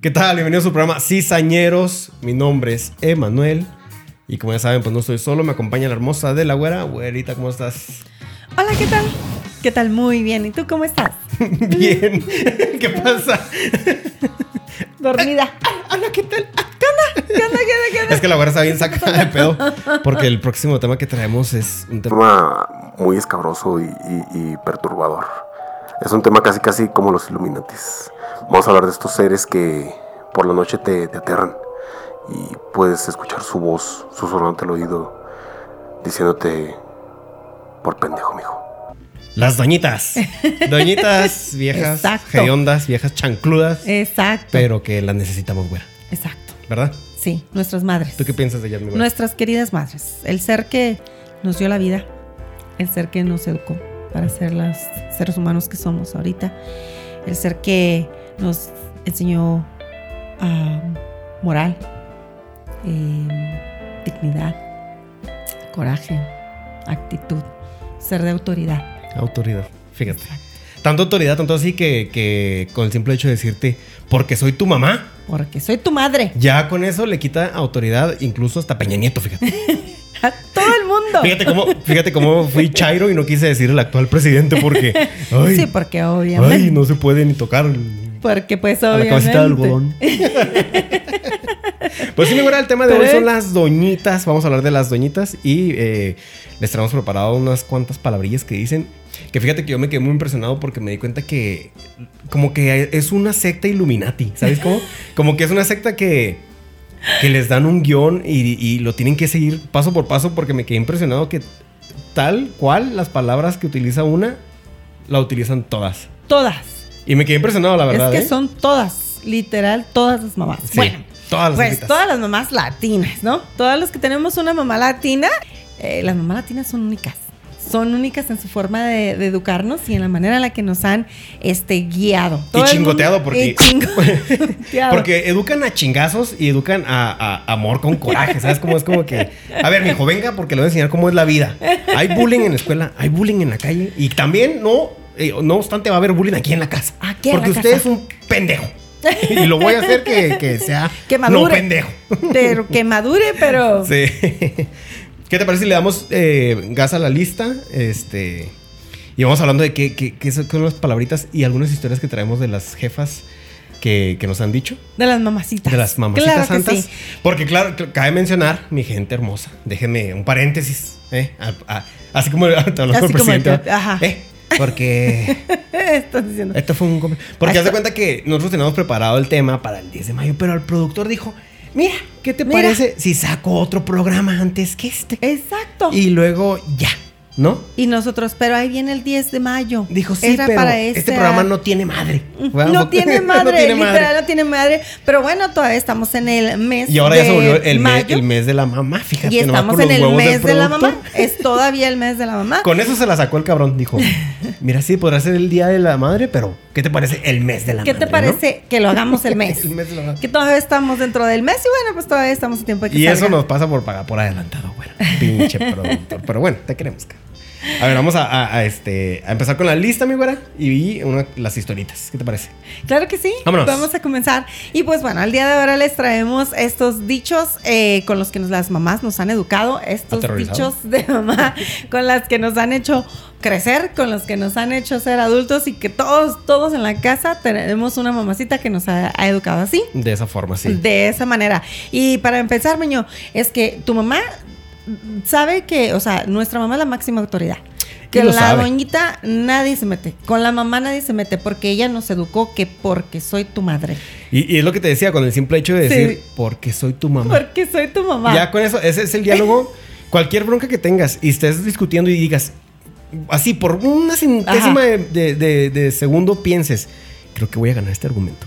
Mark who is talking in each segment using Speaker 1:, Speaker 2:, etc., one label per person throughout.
Speaker 1: ¿Qué tal? Bienvenidos a su programa Cizañeros. Mi nombre es Emanuel. Y como ya saben, pues no estoy solo, me acompaña la hermosa de la güera. Güerita, ¿cómo estás?
Speaker 2: Hola, ¿qué tal? ¿Qué tal? Muy bien. ¿Y tú cómo estás?
Speaker 1: Bien. ¿Qué pasa?
Speaker 2: Dormida.
Speaker 1: Ah, Hola, ¿qué tal?
Speaker 2: ¿Qué onda? ¿Qué onda? ¿Qué onda?
Speaker 1: Es que la güera está bien sacada de pedo. Porque el próximo tema que traemos es un tema.
Speaker 3: tema muy escabroso y, y- y perturbador. Es un tema casi casi como los Illuminatis. Vamos a hablar de estos seres que por la noche te, te aterran y puedes escuchar su voz susurrándote al oído diciéndote por pendejo, mijo.
Speaker 1: Las doñitas. Doñitas viejas,
Speaker 2: Exacto. Eh.
Speaker 1: hediondas, viejas chancludas.
Speaker 2: Exacto.
Speaker 1: Pero que las necesitamos, güera.
Speaker 2: Exacto.
Speaker 1: ¿Verdad?
Speaker 2: Sí, nuestras madres.
Speaker 1: ¿Tú qué piensas de ellas, mi güera?
Speaker 2: Nuestras queridas madres. El ser que nos dio la vida. El ser que nos educó para ser los seres humanos que somos ahorita. El ser que nos enseñó ah, moral, eh, dignidad, coraje, actitud, ser de autoridad.
Speaker 1: Autoridad. Fíjate. Tanta autoridad, tanto así que, que con el simple hecho de decirte, porque soy tu mamá,
Speaker 2: Porque soy tu madre.
Speaker 1: ya con eso le quita autoridad incluso hasta Peña Nieto, fíjate.
Speaker 2: A todo el mundo.
Speaker 1: Fíjate cómo, fíjate cómo fui Chairo y no quise decir el actual presidente porque. Ay,
Speaker 2: sí, porque obviamente.
Speaker 1: ay, no se puede ni tocar.
Speaker 2: Porque pues
Speaker 1: A
Speaker 2: obviamente.
Speaker 1: la cabecita de algodón. Pues sí, mi güera, el tema de
Speaker 2: Pero
Speaker 1: hoy son
Speaker 2: es-
Speaker 1: las doñitas. Vamos a hablar de las doñitas y eh, les traemos preparado unas cuantas palabrillas que dicen. Que fíjate que yo me quedé muy impresionado porque me di cuenta que como que es una secta Illuminati, ¿sabes cómo? Como que es una secta que, que les dan un guión y, y lo tienen que seguir paso por paso porque me quedé impresionado que tal cual las palabras que utiliza una, la utilizan todas.
Speaker 2: Todas.
Speaker 1: Y me quedé impresionado, la verdad.
Speaker 2: es que
Speaker 1: ¿eh?
Speaker 2: son todas, literal, todas las mamás.
Speaker 1: Sí,
Speaker 2: Bueno,
Speaker 1: todas las
Speaker 2: pues
Speaker 1: doñitas.
Speaker 2: todas las mamás latinas, ¿no? Todas las que tenemos una mamá latina, eh, las mamás latinas son únicas. Son únicas en su forma de, de educarnos y en la manera en la que nos han este, guiado. Todo el
Speaker 1: chingoteado, porque-
Speaker 2: Y chingoteado.
Speaker 1: Porque educan a chingazos y educan a, a- amor con coraje, ¿sabes? Como es como que, a ver, mijo, venga porque le voy a enseñar cómo es la vida. Hay bullying en la escuela, hay bullying en la calle y también no, eh, no obstante va a haber bullying aquí en la casa.
Speaker 2: Aquí en
Speaker 1: porque
Speaker 2: la
Speaker 1: usted
Speaker 2: casa.
Speaker 1: es un pendejo. Y lo voy a hacer que, que sea
Speaker 2: Que
Speaker 1: no
Speaker 2: madure.
Speaker 1: pendejo.
Speaker 2: Pero que madure, pero...
Speaker 1: Sí. ¿Qué te parece si le damos eh, gas a la lista? Este. Y vamos hablando de qué, qué, qué son las palabritas y algunas historias que traemos de las jefas que, que nos han dicho.
Speaker 2: De las mamacitas.
Speaker 1: De las mamacitas
Speaker 2: Claro que
Speaker 1: santas.
Speaker 2: sí.
Speaker 1: Porque, claro, cl- cabe mencionar, mi gente hermosa. Déjenme un paréntesis. ¿eh? A- a- así como te habló
Speaker 2: Así
Speaker 1: el
Speaker 2: como
Speaker 1: presidente.
Speaker 2: el que- ajá.
Speaker 1: ¿eh? Porque
Speaker 2: Estás diciendo.
Speaker 1: esto fue un. com- Porque
Speaker 2: Esto-
Speaker 1: haz de cuenta que nosotros teníamos preparado el tema para el 10 de mayo, pero el productor dijo: Mira, ¿qué te
Speaker 2: Mira.
Speaker 1: parece si saco otro programa antes que este?
Speaker 2: Exacto.
Speaker 1: Y luego ya, ¿no?
Speaker 2: Y nosotros, pero ahí viene el 10 de mayo.
Speaker 1: Dijo, sí,
Speaker 2: Era
Speaker 1: pero
Speaker 2: para
Speaker 1: este
Speaker 2: ese-
Speaker 1: programa no tiene madre.
Speaker 2: No tiene madre,
Speaker 1: tiene madre.
Speaker 2: literal no tiene madre. Pero bueno, todavía estamos en el mes.
Speaker 1: Y ahora ya se
Speaker 2: de
Speaker 1: volvió el, me-
Speaker 2: mayo,
Speaker 1: el mes de la mamá, fíjate.
Speaker 2: Y
Speaker 1: nomás
Speaker 2: estamos
Speaker 1: por
Speaker 2: en
Speaker 1: los
Speaker 2: el
Speaker 1: huevos del
Speaker 2: mes de la
Speaker 1: productor.
Speaker 2: mamá. Es todavía el mes de la mamá.
Speaker 1: Con eso se la sacó el cabrón, dijo. Mira, sí, podrá ser el día de la madre, pero ¿qué te parece el mes de la
Speaker 2: ¿Qué
Speaker 1: madre?
Speaker 2: te parece que lo hagamos el mes?
Speaker 1: El mes de la madre.
Speaker 2: Que todavía estamos dentro del mes y bueno, pues todavía estamos en tiempo de
Speaker 1: no?
Speaker 2: que
Speaker 1: Y
Speaker 2: salga.
Speaker 1: eso nos pasa por pagar por adelantado, güey. Pinche productor. Pero bueno, te queremos, cara. A ver, vamos a, a- a este, a empezar con la lista, mi güera. Y una- las historitas. ¿Qué te parece?
Speaker 2: Claro que sí.
Speaker 1: Vámonos.
Speaker 2: Vamos a comenzar. Y pues bueno, al día de ahora les traemos estos dichos eh, con los que nos- las mamás nos han educado, estos
Speaker 1: Aterrorizado.
Speaker 2: dichos de mamá con las que nos han hecho crecer, con los que nos han hecho ser adultos y que todos, todos en la casa tenemos una mamacita que nos ha, ha educado así,
Speaker 1: De esa forma, sí.
Speaker 2: de esa manera. Y para empezar, Meño, es que tu mamá sabe que, o sea, nuestra mamá es la máxima autoridad. Que
Speaker 1: Y lo
Speaker 2: la
Speaker 1: sabe.
Speaker 2: doñita nadie se mete. Con la mamá nadie se mete porque ella nos educó que porque soy tu madre.
Speaker 1: Y, y es lo que te decía con el simple hecho de
Speaker 2: Sí.
Speaker 1: decir, porque soy tu mamá.
Speaker 2: Porque soy tu mamá.
Speaker 1: Ya con eso, ese es el diálogo. Cualquier bronca que tengas y estés discutiendo y digas, así por una centésima de, de- de- de segundo pienses, creo que voy a ganar este argumento.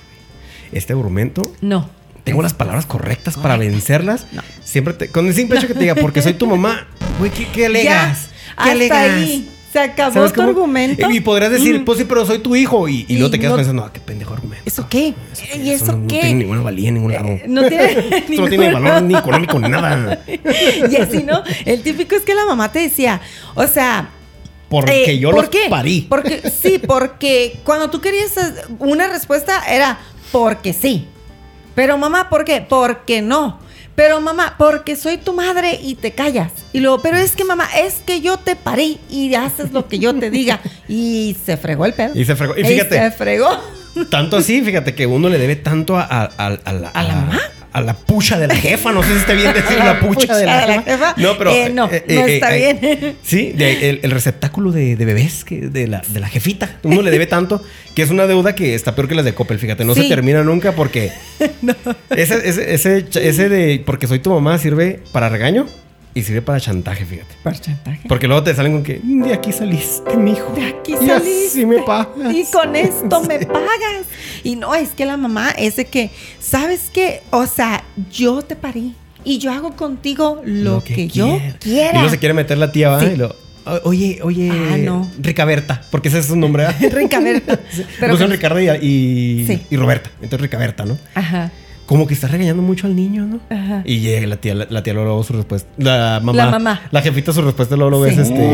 Speaker 1: Este argumento,
Speaker 2: No.
Speaker 1: tengo las palabras correctas para vencerlas.
Speaker 2: No.
Speaker 1: Siempre te- con el simple hecho que te diga, porque soy tu mamá, güey, ¿qué, qué alegas?
Speaker 2: Ya,
Speaker 1: ¿Qué
Speaker 2: hasta
Speaker 1: alegas?
Speaker 2: ahí. Se acabó
Speaker 1: ¿Sabes
Speaker 2: tu
Speaker 1: cómo?
Speaker 2: argumento.
Speaker 1: Y, y podrías decir,
Speaker 2: Ujú.
Speaker 1: pues sí, pero soy tu hijo. Y, y
Speaker 2: Y
Speaker 1: luego te quedas
Speaker 2: no-
Speaker 1: pensando, ah, qué pendejo argumento.
Speaker 2: ¿Eso qué? ¿Y eso,
Speaker 1: no, no
Speaker 2: qué?
Speaker 1: tiene ninguna valía en ningún lado.
Speaker 2: No tiene,
Speaker 1: Esto no tiene
Speaker 2: ningún-
Speaker 1: valor ni económico ni nada.
Speaker 2: y así, ¿no? El típico es que la mamá te decía, o sea,
Speaker 1: Porque
Speaker 2: Eh,
Speaker 1: yo
Speaker 2: ¿por
Speaker 1: los
Speaker 2: qué?
Speaker 1: parí.
Speaker 2: Porque, sí, porque cuando tú querías eh, una respuesta era porque sí. Pero mamá, ¿por qué? Porque no. Pero mamá, porque soy tu madre y te callas. Y luego, pero es que mamá, es que yo te paré y haces lo que yo te diga. Y se fregó el pedo.
Speaker 1: Y se fregó. Y fíjate.
Speaker 2: se fregó.
Speaker 1: Tanto así, fíjate que uno le debe tanto a, a- a- a la,
Speaker 2: ¿A la mamá?
Speaker 1: a la pucha de la jefa, no sé si está bien decir la pucha de la jefa. No, pero.
Speaker 2: Eh, no,
Speaker 1: eh,
Speaker 2: no
Speaker 1: eh,
Speaker 2: está
Speaker 1: eh,
Speaker 2: bien.
Speaker 1: Sí, de- el, el receptáculo de, de bebés que, de, la, de la jefita. Uno le debe tanto que es una deuda que está peor que las de Coppel, fíjate. No se
Speaker 2: Sí.
Speaker 1: termina nunca porque. Ese, ese, ese, ch- ese de porque soy tu mamá sirve para regaño y sirve para chantaje, fíjate.
Speaker 2: Por chantaje.
Speaker 1: Porque luego te salen con que "Mm, de aquí saliste, mijo.
Speaker 2: De aquí
Speaker 1: Y
Speaker 2: saliste.
Speaker 1: así me pagas.
Speaker 2: Y con esto me pagas. Y no, es que la mamá es de que, ¿sabes qué? O sea, yo te parí. Y yo hago contigo lo, que, yo
Speaker 1: quiera. Y
Speaker 2: quiera.
Speaker 1: luego se quiere meter la tía, ¿va?
Speaker 2: Sí.
Speaker 1: Y luego, "O- oye, oye.
Speaker 2: Ah, no.
Speaker 1: Ricaberta, porque ese es su nombre. ¿verdad?
Speaker 2: Ricaberta. Pero
Speaker 1: no son
Speaker 2: que-
Speaker 1: Ricardo y, y-
Speaker 2: Sí.
Speaker 1: y Roberta. Entonces Ricaberta, ¿no?
Speaker 2: Ajá.
Speaker 1: Como que está regañando mucho al niño, ¿no?
Speaker 2: Ajá.
Speaker 1: Y llega la tía, la, la tía luego su respuesta. La mamá.
Speaker 2: La mamá.
Speaker 1: La jefita su respuesta luego lo
Speaker 2: Sí.
Speaker 1: ves este.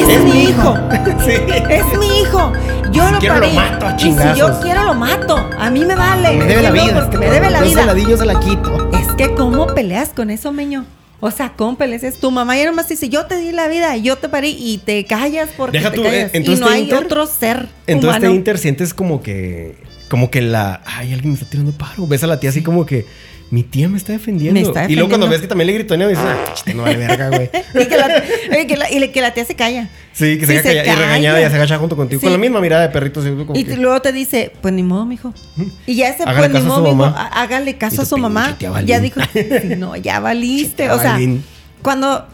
Speaker 2: Ese es mi hijo.
Speaker 1: sí.
Speaker 2: Es mi hijo. Yo lo
Speaker 1: quiero lo
Speaker 2: parí.
Speaker 1: mato a
Speaker 2: y si yo
Speaker 1: chingazos.
Speaker 2: quiero lo mato. A mí me vale.
Speaker 1: Me debe la
Speaker 2: Yo no,
Speaker 1: vida.
Speaker 2: Porque me debe la
Speaker 1: Yo se
Speaker 2: vida.
Speaker 1: la di, yo se la quito.
Speaker 2: Es que cómo peleas con eso, meño. O sea, ¿cómo peleas? Es Tu mamá ya nomás dice, yo te di la vida, yo te parí y te callas porque
Speaker 1: Deja
Speaker 2: te
Speaker 1: tú, eh,
Speaker 2: callas.
Speaker 1: entonces
Speaker 2: y no
Speaker 1: te
Speaker 2: hay
Speaker 1: inter-
Speaker 2: otro ser
Speaker 1: Entonces te
Speaker 2: humano.
Speaker 1: inter sientes como que. Como que la. Ay, alguien me está tirando paro. Ves a la tía así como que. Mi tía me está defendiendo.
Speaker 2: Me está
Speaker 1: Y luego cuando
Speaker 2: defendiendo.
Speaker 1: ves que también le gritó, dices, ah, chiste, no vale verga, güey.
Speaker 2: y, que la, eh, que la- y le- que la tía se calla.
Speaker 1: Sí, que se, queda
Speaker 2: Sí, se
Speaker 1: callada y
Speaker 2: calla.
Speaker 1: regañada y se agacha junto contigo.
Speaker 2: Sí.
Speaker 1: Con la misma mirada de perrito. así como
Speaker 2: Y
Speaker 1: que-
Speaker 2: luego te dice, pues ni modo, mijo. Y ya ese,
Speaker 1: Hágale
Speaker 2: pues ni
Speaker 1: caso a su
Speaker 2: modo, mijo,
Speaker 1: mamá.
Speaker 2: há- hágale
Speaker 1: Y
Speaker 2: caso
Speaker 1: tu
Speaker 2: a su
Speaker 1: pinche
Speaker 2: mamá.
Speaker 1: tía Balín.
Speaker 2: Ya dijo, "Sí, no, ya valiste.
Speaker 1: Tía
Speaker 2: O sea,
Speaker 1: Balín.
Speaker 2: cuando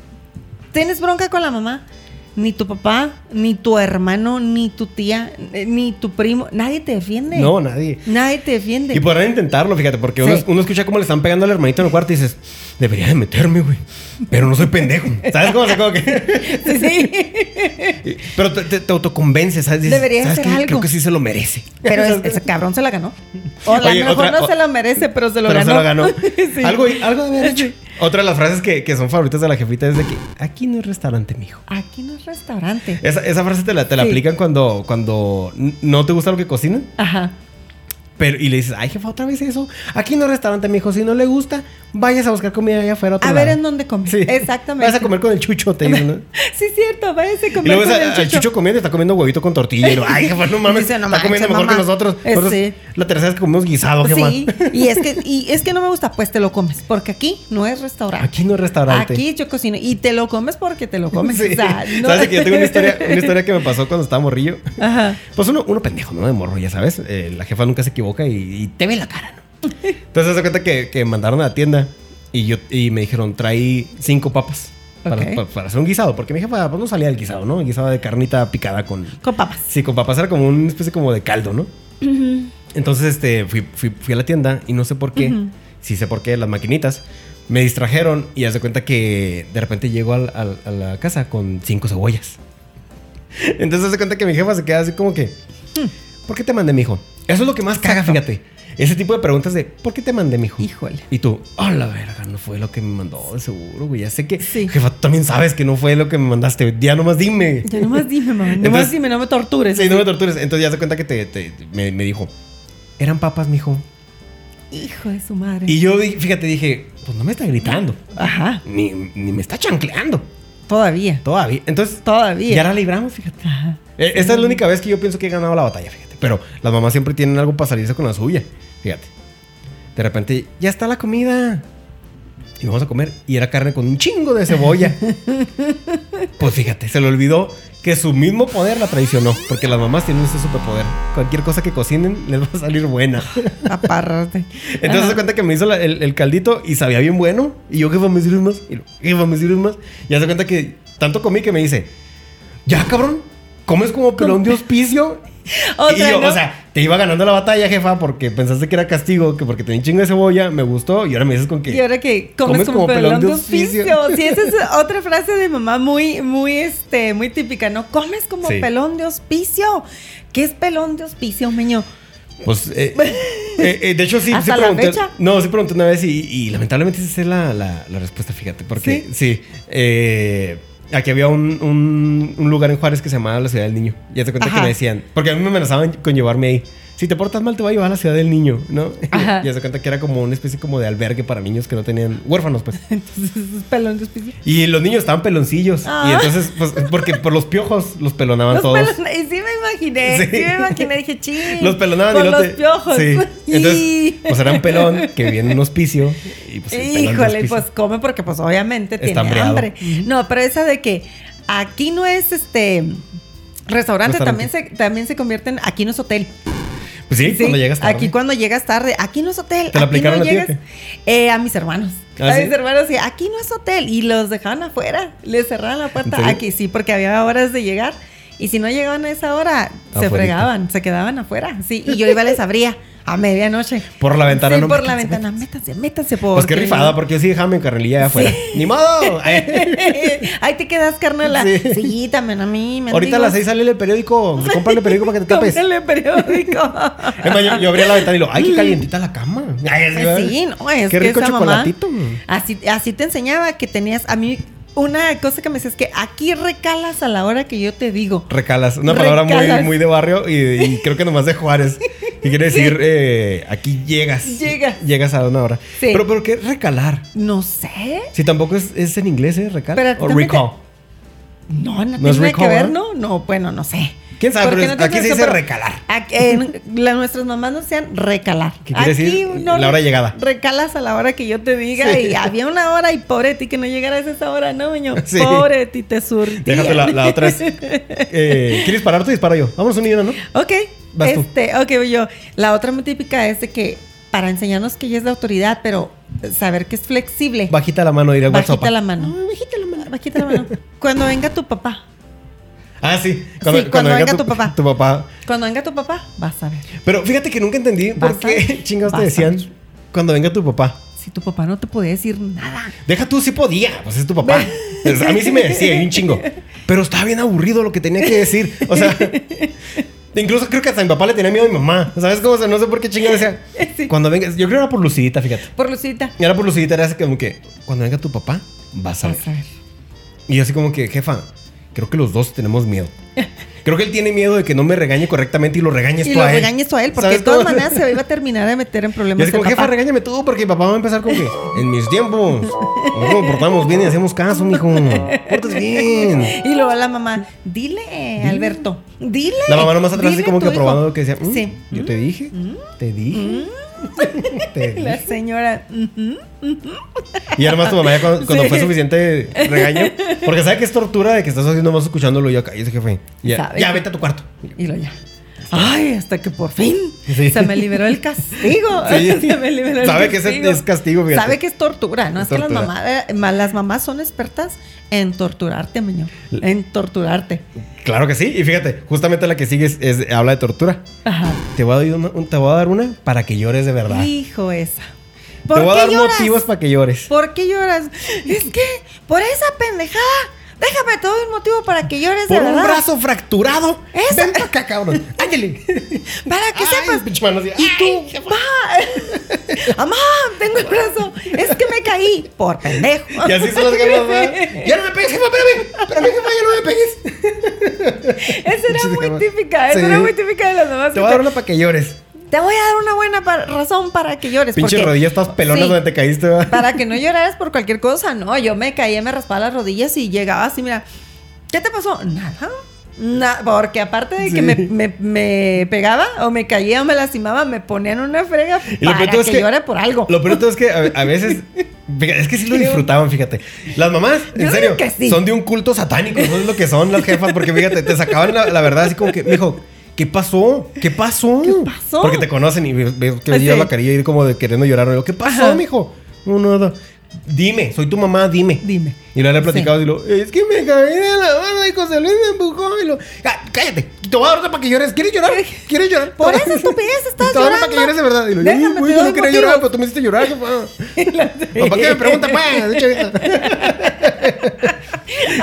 Speaker 2: tienes bronca con la mamá, ni tu papá, ni tu hermano, ni tu tía, eh, ni tu primo, nadie te defiende.
Speaker 1: No, nadie.
Speaker 2: Nadie te defiende.
Speaker 1: Y podrán intentarlo, fíjate, porque uno,
Speaker 2: Sí.
Speaker 1: uno escucha cómo le están pegando al hermanito en el cuarto y dices, debería de meterme, güey. Pero no soy pendejo. ¿Sabes cómo? O sea, como que-
Speaker 2: Sí, sí.
Speaker 1: Pero te, te- te autoconvences, ¿sabes? Dices,
Speaker 2: Debería
Speaker 1: "¿Sabes
Speaker 2: hacer
Speaker 1: qué?
Speaker 2: algo".
Speaker 1: Creo que sí se lo merece.
Speaker 2: Pero es- ese cabrón se la ganó. O a lo
Speaker 1: Oye,
Speaker 2: mejor
Speaker 1: otra-
Speaker 2: no
Speaker 1: o-
Speaker 2: se la merece, pero se lo
Speaker 1: Pero
Speaker 2: ganó.
Speaker 1: se lo ganó.
Speaker 2: Sí.
Speaker 1: Algo, algo de haber hecho. Otra de las frases que, que son favoritas de la jefita es de que aquí no es restaurante, mijo.
Speaker 2: Aquí no es restaurante.
Speaker 1: Esa, esa frase te la, te la
Speaker 2: Sí.
Speaker 1: aplican cuando, cuando n- no te gusta lo que cocinan.
Speaker 2: Ajá.
Speaker 1: Pero, y le dices, ay, jefa, otra vez eso. Aquí no es restaurante, mijo. Si no le gusta, vayas a buscar comida allá afuera. a otro
Speaker 2: A ver
Speaker 1: lado".
Speaker 2: en dónde comer.
Speaker 1: Sí.
Speaker 2: Exactamente.
Speaker 1: Vas a comer con el chucho, te dicen, ¿no?
Speaker 2: Sí, es cierto, váyase a
Speaker 1: Y
Speaker 2: comer
Speaker 1: luego ves
Speaker 2: con
Speaker 1: a-
Speaker 2: el
Speaker 1: al
Speaker 2: chucho.
Speaker 1: chucho comiendo y está comiendo huevito con tortilla. Y lo, ay, jefa, no mames.
Speaker 2: Dice, "No
Speaker 1: está comiendo
Speaker 2: manches,
Speaker 1: mejor
Speaker 2: mamá".
Speaker 1: que nosotros.
Speaker 2: Eh,
Speaker 1: Nosotros,
Speaker 2: sí.
Speaker 1: La tercera es que comemos guisado, jefa.
Speaker 2: Sí, y es que y es que no me gusta, pues te lo comes, porque aquí no es restaurante.
Speaker 1: Aquí no es restaurante.
Speaker 2: Aquí yo cocino y te lo comes porque te lo comes.
Speaker 1: Sí.
Speaker 2: O sea, no-
Speaker 1: ¿Sabes de que yo tengo una historia, una historia que me pasó cuando estaba morrillo?
Speaker 2: Ajá.
Speaker 1: Pues uno, uno pendejo, ¿no? De morro, ya sabes. Eh, la jefa nunca se equivoca y, y te ve la cara, ¿no? Entonces, se cuenta que, que mandaron a la tienda y, yo, y me dijeron, trae cinco papas para,
Speaker 2: Ok.
Speaker 1: pa- para hacer un guisado. Porque mi jefa pues, no salía del guisado, ¿no? Guisado de carnita picada con...
Speaker 2: Con papas.
Speaker 1: Sí, con papas era como una especie como de caldo, ¿no? Entonces, este, fui, fui- fui a la tienda y no sé por qué, sí sé por qué, las maquinitas me distrajeron y haz de cuenta que de repente llego al- al- a la casa con cinco cebollas. Entonces, haz de cuenta que mi jefa se queda así como que, "Mm, ¿por qué te mandé, mijo? Eso es lo que más caga, fíjate. Ese tipo de preguntas de, ¿por qué te mandé, mijo?
Speaker 2: Híjole.
Speaker 1: Y tú, a la verga, no fue lo que me mandó, de seguro, güey. Ya sé que,
Speaker 2: Sí.
Speaker 1: jefa, tú también sabes que no fue lo que me mandaste. Ya nomás dime.
Speaker 2: Ya nomás dime, mamá, nomás
Speaker 1: Entonces-
Speaker 2: dime, no me tortures.
Speaker 1: Sí, no me tortures. Entonces ya se cuenta que te, te- me, me dijo, eran papas, mijo.
Speaker 2: Hijo de su madre.
Speaker 1: Y yo, di- fíjate, dije, pues no me está gritando,
Speaker 2: Ajá,
Speaker 1: ni, ni me está chancleando
Speaker 2: todavía.
Speaker 1: todavía. Entonces,
Speaker 2: Todavía.
Speaker 1: ya la libramos, fíjate.
Speaker 2: Ajá.
Speaker 1: Eh, Esta es la única vez que yo pienso que he ganado la batalla, fíjate. Pero las mamás siempre tienen algo para salirse con la suya, fíjate. De repente, ya está la comida. Y vamos a comer. Y era carne con un chingo de cebolla. pues fíjate, se le olvidó que su mismo poder la traicionó. Porque las mamás tienen ese superpoder. Cualquier cosa que cocinen les va a salir buena.
Speaker 2: Apárrate.
Speaker 1: Entonces se cuenta que me hizo la- el, el caldito y sabía bien bueno. Y yo, jefa, me sirves más. Y yo, jefa, me sirves más. Y hace cuenta que tanto comí que me dice, ya cabrón, comes como pelón de hospicio.
Speaker 2: Otra,
Speaker 1: y yo,
Speaker 2: ¿no?
Speaker 1: o sea, te iba ganando la batalla, jefa, porque pensaste que era castigo, que porque tenía un chingo de cebolla, me gustó. Y ahora me dices con que.
Speaker 2: Y ahora que comes, como, pelón de oficio. Sí, esa es otra frase de mamá muy, muy, este, muy típica, ¿no? Comes como
Speaker 1: Sí.
Speaker 2: pelón de hospicio. ¿Qué es pelón de hospicio, meño?
Speaker 1: Pues, eh, eh, eh, de hecho, sí, sí
Speaker 2: ¿Hasta la
Speaker 1: pregunté.
Speaker 2: fecha?
Speaker 1: No, sí pregunté una vez y, y lamentablemente esa es la, la- la respuesta, fíjate. Porque sí, eh, aquí había un, un- un lugar en Juárez que se llamaba la Ciudad del Niño. Ya te cuenta
Speaker 2: Ajá.
Speaker 1: que me decían, porque a mí me amenazaban con llevarme ahí. si te portas mal te va a llevar a la ciudad del niño, ¿no?
Speaker 2: Ajá.
Speaker 1: y se cuenta que era como una especie como de albergue para niños que no tenían huérfanos, pues.
Speaker 2: Entonces es pelón de especie.
Speaker 1: Y los niños estaban peloncillos.
Speaker 2: Ah.
Speaker 1: Y entonces, pues, porque por los piojos los pelonaban
Speaker 2: Los
Speaker 1: todos.
Speaker 2: pelos- y sí me imaginé,
Speaker 1: Sí.
Speaker 2: sí, me imaginé, dije, ching.
Speaker 1: Los pelonaban
Speaker 2: por
Speaker 1: y no
Speaker 2: los
Speaker 1: te-
Speaker 2: piojos.
Speaker 1: Sí.
Speaker 2: Y-
Speaker 1: Entonces, pues era un pelón que viene en un hospicio. Y pues el pelón del
Speaker 2: Híjole,
Speaker 1: hospicio.
Speaker 2: pues come porque pues obviamente
Speaker 1: Está
Speaker 2: tiene
Speaker 1: hambreado.
Speaker 2: hambre. No, pero esa de que aquí no es este restaurante,
Speaker 1: Restaurante.
Speaker 2: también se también se convierten, aquí no es hotel.
Speaker 1: Pues sí, cuando llegas tarde.
Speaker 2: Aquí cuando llegas tarde, aquí no es hotel.
Speaker 1: ¿Te la
Speaker 2: aquí
Speaker 1: aplicaron
Speaker 2: no
Speaker 1: a ti o
Speaker 2: llegas- Eh, a mis hermanos.
Speaker 1: ¿Ah,
Speaker 2: a
Speaker 1: sí?
Speaker 2: mis hermanos, sí, aquí no es hotel. Y los dejaban afuera, les cerraban la
Speaker 1: ¿En
Speaker 2: puerta.
Speaker 1: serio?
Speaker 2: Aquí sí, porque había horas de llegar. Y si no llegaban a esa hora, se
Speaker 1: Afuerita.
Speaker 2: fregaban, se quedaban afuera. Sí, y yo iba les abría a medianoche.
Speaker 1: Por la ventana,
Speaker 2: Sí,
Speaker 1: no,
Speaker 2: por la
Speaker 1: métanse,
Speaker 2: ventana. Métanse, métanse.
Speaker 1: Pues qué
Speaker 2: porque-
Speaker 1: rifada, porque yo sí dejaba mi carnalilla allá afuera. ¡Ni modo! Eh,
Speaker 2: Ahí te quedas, carnala.
Speaker 1: Sí.
Speaker 2: Sí, también a mí. mendigos.
Speaker 1: Ahorita a las 6 sale el periódico. Compra el periódico para que te tapes.
Speaker 2: Cómprale periódico.
Speaker 1: Es más, yo, yo abría la ventana y lo, ¡ay, qué calientita la cama! Ay,
Speaker 2: Pues sí, no, es
Speaker 1: Qué
Speaker 2: que
Speaker 1: rico
Speaker 2: esa
Speaker 1: chocolatito.
Speaker 2: mamá así, así te enseñaba que tenías a mí una cosa que me decías que aquí recalas a la hora que yo te digo.
Speaker 1: Recalas, una palabra muy,
Speaker 2: Recalas.
Speaker 1: muy de barrio y, y creo que nomás de Juárez. Y quiere decir, eh, aquí llegas.
Speaker 2: Llegas.
Speaker 1: Llegas a una hora.
Speaker 2: Sí.
Speaker 1: Pero, pero ¿qué es recalar?
Speaker 2: No sé.
Speaker 1: Si tampoco es, es en inglés, ¿eh? Recal.
Speaker 2: Pero
Speaker 1: O
Speaker 2: también te-
Speaker 1: recall. ¿No
Speaker 2: No, no,
Speaker 1: es
Speaker 2: tiene nada que
Speaker 1: recall,
Speaker 2: ver,
Speaker 1: eh?
Speaker 2: ¿no? No, bueno, no sé.
Speaker 1: ¿Quién sabe?
Speaker 2: Porque
Speaker 1: Pero
Speaker 2: no
Speaker 1: es-
Speaker 2: tiene
Speaker 1: aquí se
Speaker 2: que-
Speaker 1: dice
Speaker 2: pero-
Speaker 1: recalar.
Speaker 2: Aquí- en- la- nuestras mamás no sean recalar.
Speaker 1: ¿Qué quiere decir? La hora de llegada.
Speaker 2: Recalas a la hora que yo te diga y había una hora y pobre de ti que no llegaras a esa hora, no, niño.
Speaker 1: Sí.
Speaker 2: Pobre de ti te surtían.
Speaker 1: Déjate la, la otra es. eh, ¿Quieres parar tú? Disparo yo. Vamos un millón, ¿no?
Speaker 2: Ok.
Speaker 1: Vas tú.
Speaker 2: este, ok, voy yo. La otra muy típica es de que para enseñarnos que ella es la autoridad, pero saber que es flexible.
Speaker 1: Bajita la mano, Ah, diré
Speaker 2: bajita
Speaker 1: WhatsApp.
Speaker 2: la mano. bajita la mano. Bajita la mano. Cuando venga tu papá.
Speaker 1: Ah, sí.
Speaker 2: Sí, cuando venga tu papá.
Speaker 1: Tu papá.
Speaker 2: Cuando venga tu papá, vas a ver.
Speaker 1: Pero fíjate que nunca entendí por
Speaker 2: Vas a-
Speaker 1: qué chingados te
Speaker 2: vas a-
Speaker 1: decían cuando venga tu papá.
Speaker 2: Si tu papá no te podía decir nada.
Speaker 1: Deja tú, sí podía, pues es tu papá. Pues, A mí sí me decía, y un chingo. Pero estaba bien aburrido lo que tenía que decir. O sea, incluso creo que hasta mi papá le tenía miedo a mi mamá. ¿Sabes cómo? O sea, no sé por qué chingados decía. Cuando venga, yo creo que era por lucidita, fíjate.
Speaker 2: Por Lucita.
Speaker 1: Y era por lucidita, era así como que, cuando venga tu papá, vas a ver.
Speaker 2: Vas a ver.
Speaker 1: Y yo así como que, jefa, creo que los dos tenemos miedo. Creo que él tiene miedo de que no me regañe correctamente y lo regañes
Speaker 2: Y
Speaker 1: tú
Speaker 2: lo
Speaker 1: a él.
Speaker 2: regañes a él, porque de
Speaker 1: ¿Sabes
Speaker 2: todas
Speaker 1: cómo?
Speaker 2: maneras se iba a terminar de meter en
Speaker 1: Y
Speaker 2: problemas.
Speaker 1: así como,
Speaker 2: el
Speaker 1: jefa,
Speaker 2: papá.
Speaker 1: regáñame tú, porque mi papá va a empezar con que en mis tiempos no nos portamos bien y hacemos caso, mijo. Portas bien.
Speaker 2: Y luego la mamá, dile, Alberto, dile.
Speaker 1: La mamá nomás atrás así
Speaker 2: dile
Speaker 1: como
Speaker 2: tu
Speaker 1: que
Speaker 2: hijo".
Speaker 1: probando lo que decía. "Mm,
Speaker 2: Sí. Mm.
Speaker 1: Yo te dije, te dije. te
Speaker 2: La
Speaker 1: dije.
Speaker 2: señora, mm, "Ujú".
Speaker 1: Y además tu mamá ya cuando, cuando
Speaker 2: Sí.
Speaker 1: fue suficiente regaño. Porque sabe que es tortura de que estás haciendo más escuchándolo y yo acá. Y ese jefe. Ya,
Speaker 2: Sabe.
Speaker 1: ya vete a tu cuarto.
Speaker 2: Y lo ya. Ay, hasta que por fin
Speaker 1: Sí.
Speaker 2: se me liberó el castigo.
Speaker 1: Sí.
Speaker 2: Se me liberó el
Speaker 1: Sabe que es- es castigo, fíjate.
Speaker 2: Sabe que es tortura, ¿no?
Speaker 1: Es
Speaker 2: Es, que las
Speaker 1: tortura.
Speaker 2: mamás, eh, ma- las mamás son expertas en torturarte, meño. En torturarte.
Speaker 1: Claro que sí. Y fíjate, justamente la que sigue es, es- habla de tortura.
Speaker 2: Ajá.
Speaker 1: Te voy, a dar una, un- te voy a dar una para que llores de verdad.
Speaker 2: Hijo esa.
Speaker 1: Te voy a dar
Speaker 2: lloras?
Speaker 1: motivos para que llores.
Speaker 2: ¿Por qué lloras? Es que por esa pendejada. Déjame te doy un motivo para que llores
Speaker 1: Por
Speaker 2: de
Speaker 1: un
Speaker 2: verdad.
Speaker 1: brazo fracturado.
Speaker 2: Eso.
Speaker 1: Ven para acá, cabrón. Ángel.
Speaker 2: Para que
Speaker 1: Ay,
Speaker 2: sepas.
Speaker 1: pinche mano así.
Speaker 2: Y
Speaker 1: Ay,
Speaker 2: tú, va. Mamá, tengo el brazo. Es que me caí por pendejo.
Speaker 1: Y así son las ganas. ¿verdad? Ya no me pegues, jefa, espérame. Espérame, jefa, ya no me pegues.
Speaker 2: Esa era
Speaker 1: Sí,
Speaker 2: muy
Speaker 1: cabrón.
Speaker 2: típica. Esa
Speaker 1: Sí.
Speaker 2: era muy típica de las mamás.
Speaker 1: Te voy a dar una para que llores.
Speaker 2: Te voy a dar una buena pa- razón para que llores.
Speaker 1: Pinche
Speaker 2: porque-
Speaker 1: rodillas todas pelonas
Speaker 2: Sí,
Speaker 1: donde te caíste. ¿verdad?
Speaker 2: Para que no lloraras por cualquier cosa. No, yo me caía, me raspaba las rodillas y llegaba así, mira. ¿Qué te pasó? Nada. Na- porque aparte de
Speaker 1: Sí.
Speaker 2: que me, me- me pegaba o me caía o me lastimaba, me ponían una frega
Speaker 1: Y
Speaker 2: para
Speaker 1: de todo
Speaker 2: que, llore por algo.
Speaker 1: Lo peor de todo es que a, a veces. fíjate, Es que sí lo disfrutaban, fíjate. Las mamás, en
Speaker 2: digo
Speaker 1: serio,
Speaker 2: que sí.
Speaker 1: son de un culto satánico. Eso es lo que son las jefas. Porque fíjate, te sacaban la, la verdad así como que, mijo. ¿Qué pasó? ¿Qué pasó?
Speaker 2: ¿Qué pasó?
Speaker 1: Porque te conocen y ves ves que le
Speaker 2: Sí.
Speaker 1: llevas la carilla y como de queriendo llorar. Y yo, ¿Qué pasó,
Speaker 2: Ajá.
Speaker 1: mijo? Uno, dos. Dime, soy tu mamá, dime.
Speaker 2: Dime.
Speaker 1: Y luego le platicaba y lo, es que me caí de la barra y José Luis me empujó y lo, "Ah, cállate, te voy a dar otra para que llores. ¿Quieres llorar? ¿Quieres llorar?
Speaker 2: Por esa estupidez estás
Speaker 1: Te voy a dar otra para
Speaker 2: llorando.
Speaker 1: que llores de verdad. Y lo,
Speaker 2: Déjame,
Speaker 1: "Ay, güey,
Speaker 2: te
Speaker 1: yo
Speaker 2: doy
Speaker 1: no quería
Speaker 2: motivos".
Speaker 1: llorar, pero tú me hiciste llorar, papá. ¿Para qué me pregunta, pues? pa? De hecho,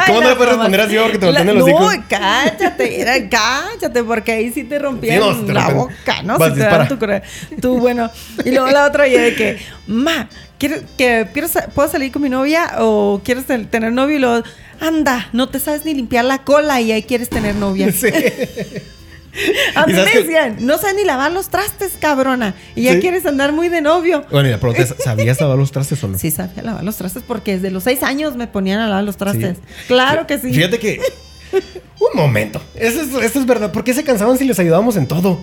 Speaker 1: ¿Cómo no le puedes responder así, porque te voltean
Speaker 2: voltean
Speaker 1: el hocico?
Speaker 2: No, cállate, era, cállate, porque ahí sí te rompían
Speaker 1: Sí, no, se te
Speaker 2: la
Speaker 1: rompen.
Speaker 2: boca, ¿no?
Speaker 1: Vas,
Speaker 2: Si te dan
Speaker 1: dispara.
Speaker 2: tu, cora- tu, bueno. Y luego la otra ya de que, ma, ¿quieres, que, quiero sa- ¿puedo salir con mi novia o quieres tel- tener novio? Y luego, anda, no te sabes ni limpiar la cola y ahí quieres tener novia.
Speaker 1: Sí.
Speaker 2: A
Speaker 1: ¿Y
Speaker 2: mí
Speaker 1: sabes
Speaker 2: me
Speaker 1: qué?
Speaker 2: decían, no sé ni lavar los trastes, cabrona. Y ya
Speaker 1: Sí.
Speaker 2: quieres andar muy de novio.
Speaker 1: Bueno, y la pregunta es, ¿sabías lavar los trastes o no?
Speaker 2: Sí, sabía lavar los trastes porque desde los seis años me ponían a lavar los trastes.
Speaker 1: Sí.
Speaker 2: Claro que sí.
Speaker 1: Fíjate que... Un momento. Eso es, eso es verdad. ¿Por qué se cansaban si les ayudábamos en todo?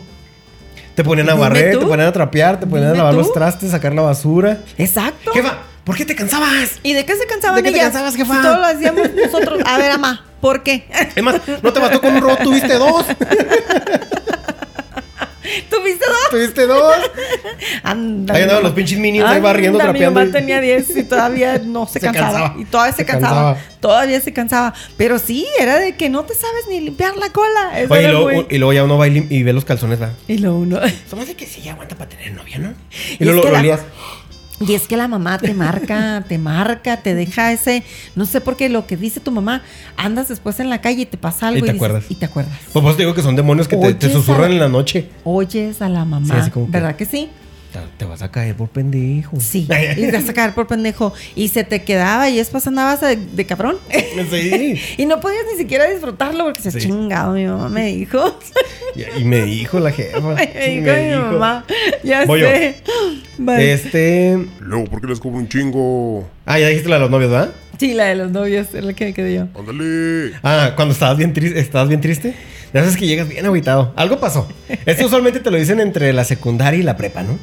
Speaker 1: Te ponían a
Speaker 2: Dime
Speaker 1: barrer,
Speaker 2: tú.
Speaker 1: te ponían a trapear, te ponían a
Speaker 2: Dime
Speaker 1: lavar
Speaker 2: tú.
Speaker 1: los trastes, sacar la basura.
Speaker 2: Exacto.
Speaker 1: Jefa, ¿por qué te cansabas?
Speaker 2: ¿Y de qué se cansaban
Speaker 1: ¿De qué te
Speaker 2: ellas?
Speaker 1: cansabas, jefa?
Speaker 2: Si todo lo hacíamos nosotros. A ver, ama, ¿por qué?
Speaker 1: Es más, no te mató con un robo, tuviste dos.
Speaker 2: ¿Tuviste dos?
Speaker 1: Tuviste dos.
Speaker 2: Anda.
Speaker 1: Ahí andaban los pinches minions ahí
Speaker 2: Anda,
Speaker 1: barriendo, trapeando.
Speaker 2: Mi mamá tenía 10 y todavía no se,
Speaker 1: Se
Speaker 2: cansaba.
Speaker 1: cansaba.
Speaker 2: Y todavía se,
Speaker 1: Se
Speaker 2: cansaba.
Speaker 1: cansaba.
Speaker 2: Todavía se cansaba. Pero sí, era de que no te sabes ni limpiar la cola. Eso
Speaker 1: Oye, y,
Speaker 2: era
Speaker 1: luego,
Speaker 2: muy-
Speaker 1: y luego ya uno va y, lim- y ve los calzones, va.
Speaker 2: y lo uno.
Speaker 1: Se me hace que sí ya aguanta para tener novia, ¿no? Y,
Speaker 2: Y
Speaker 1: luego
Speaker 2: es que
Speaker 1: lo
Speaker 2: la-
Speaker 1: olías.
Speaker 2: Y es que la mamá te marca, te marca, te deja ese, no sé por qué lo que dice tu mamá, andas después en la calle y te pasa algo
Speaker 1: Y te
Speaker 2: dices-
Speaker 1: acuerdas.
Speaker 2: y te acuerdas.
Speaker 1: Pues por eso te digo que son demonios que te, te
Speaker 2: Oye,
Speaker 1: susurran
Speaker 2: esa-
Speaker 1: en la noche.
Speaker 2: Oyes a la
Speaker 1: Sí,
Speaker 2: mamá,
Speaker 1: así como que-
Speaker 2: ¿verdad que sí?
Speaker 1: Te, te vas a caer por pendejo.
Speaker 2: Sí, y te vas a caer por pendejo y se te quedaba y después andabas de, de cabrón.
Speaker 1: Sí.
Speaker 2: Y no podías ni siquiera disfrutarlo porque se
Speaker 1: Sí.
Speaker 2: chingado, mi mamá me dijo.
Speaker 1: Y, y me dijo la jefa.
Speaker 2: me
Speaker 1: y
Speaker 2: dijo
Speaker 1: Ah, me
Speaker 2: mi
Speaker 1: dijo.
Speaker 2: mamá. Ya
Speaker 1: Voy yo.
Speaker 2: sé. Vale.
Speaker 1: Este.
Speaker 4: Luego, ¿por qué les cobro un chingo?
Speaker 1: Ah, ya dijiste la de los novios, ¿verdad?
Speaker 2: Sí, la de los novios, es la que me quedé yo.
Speaker 4: Ándale.
Speaker 1: Ah, cuando estabas bien triste, estabas bien triste. La verdad es que llegas bien aguitado. Algo pasó. Esto usualmente te lo dicen entre la secundaria y la prepa, ¿no?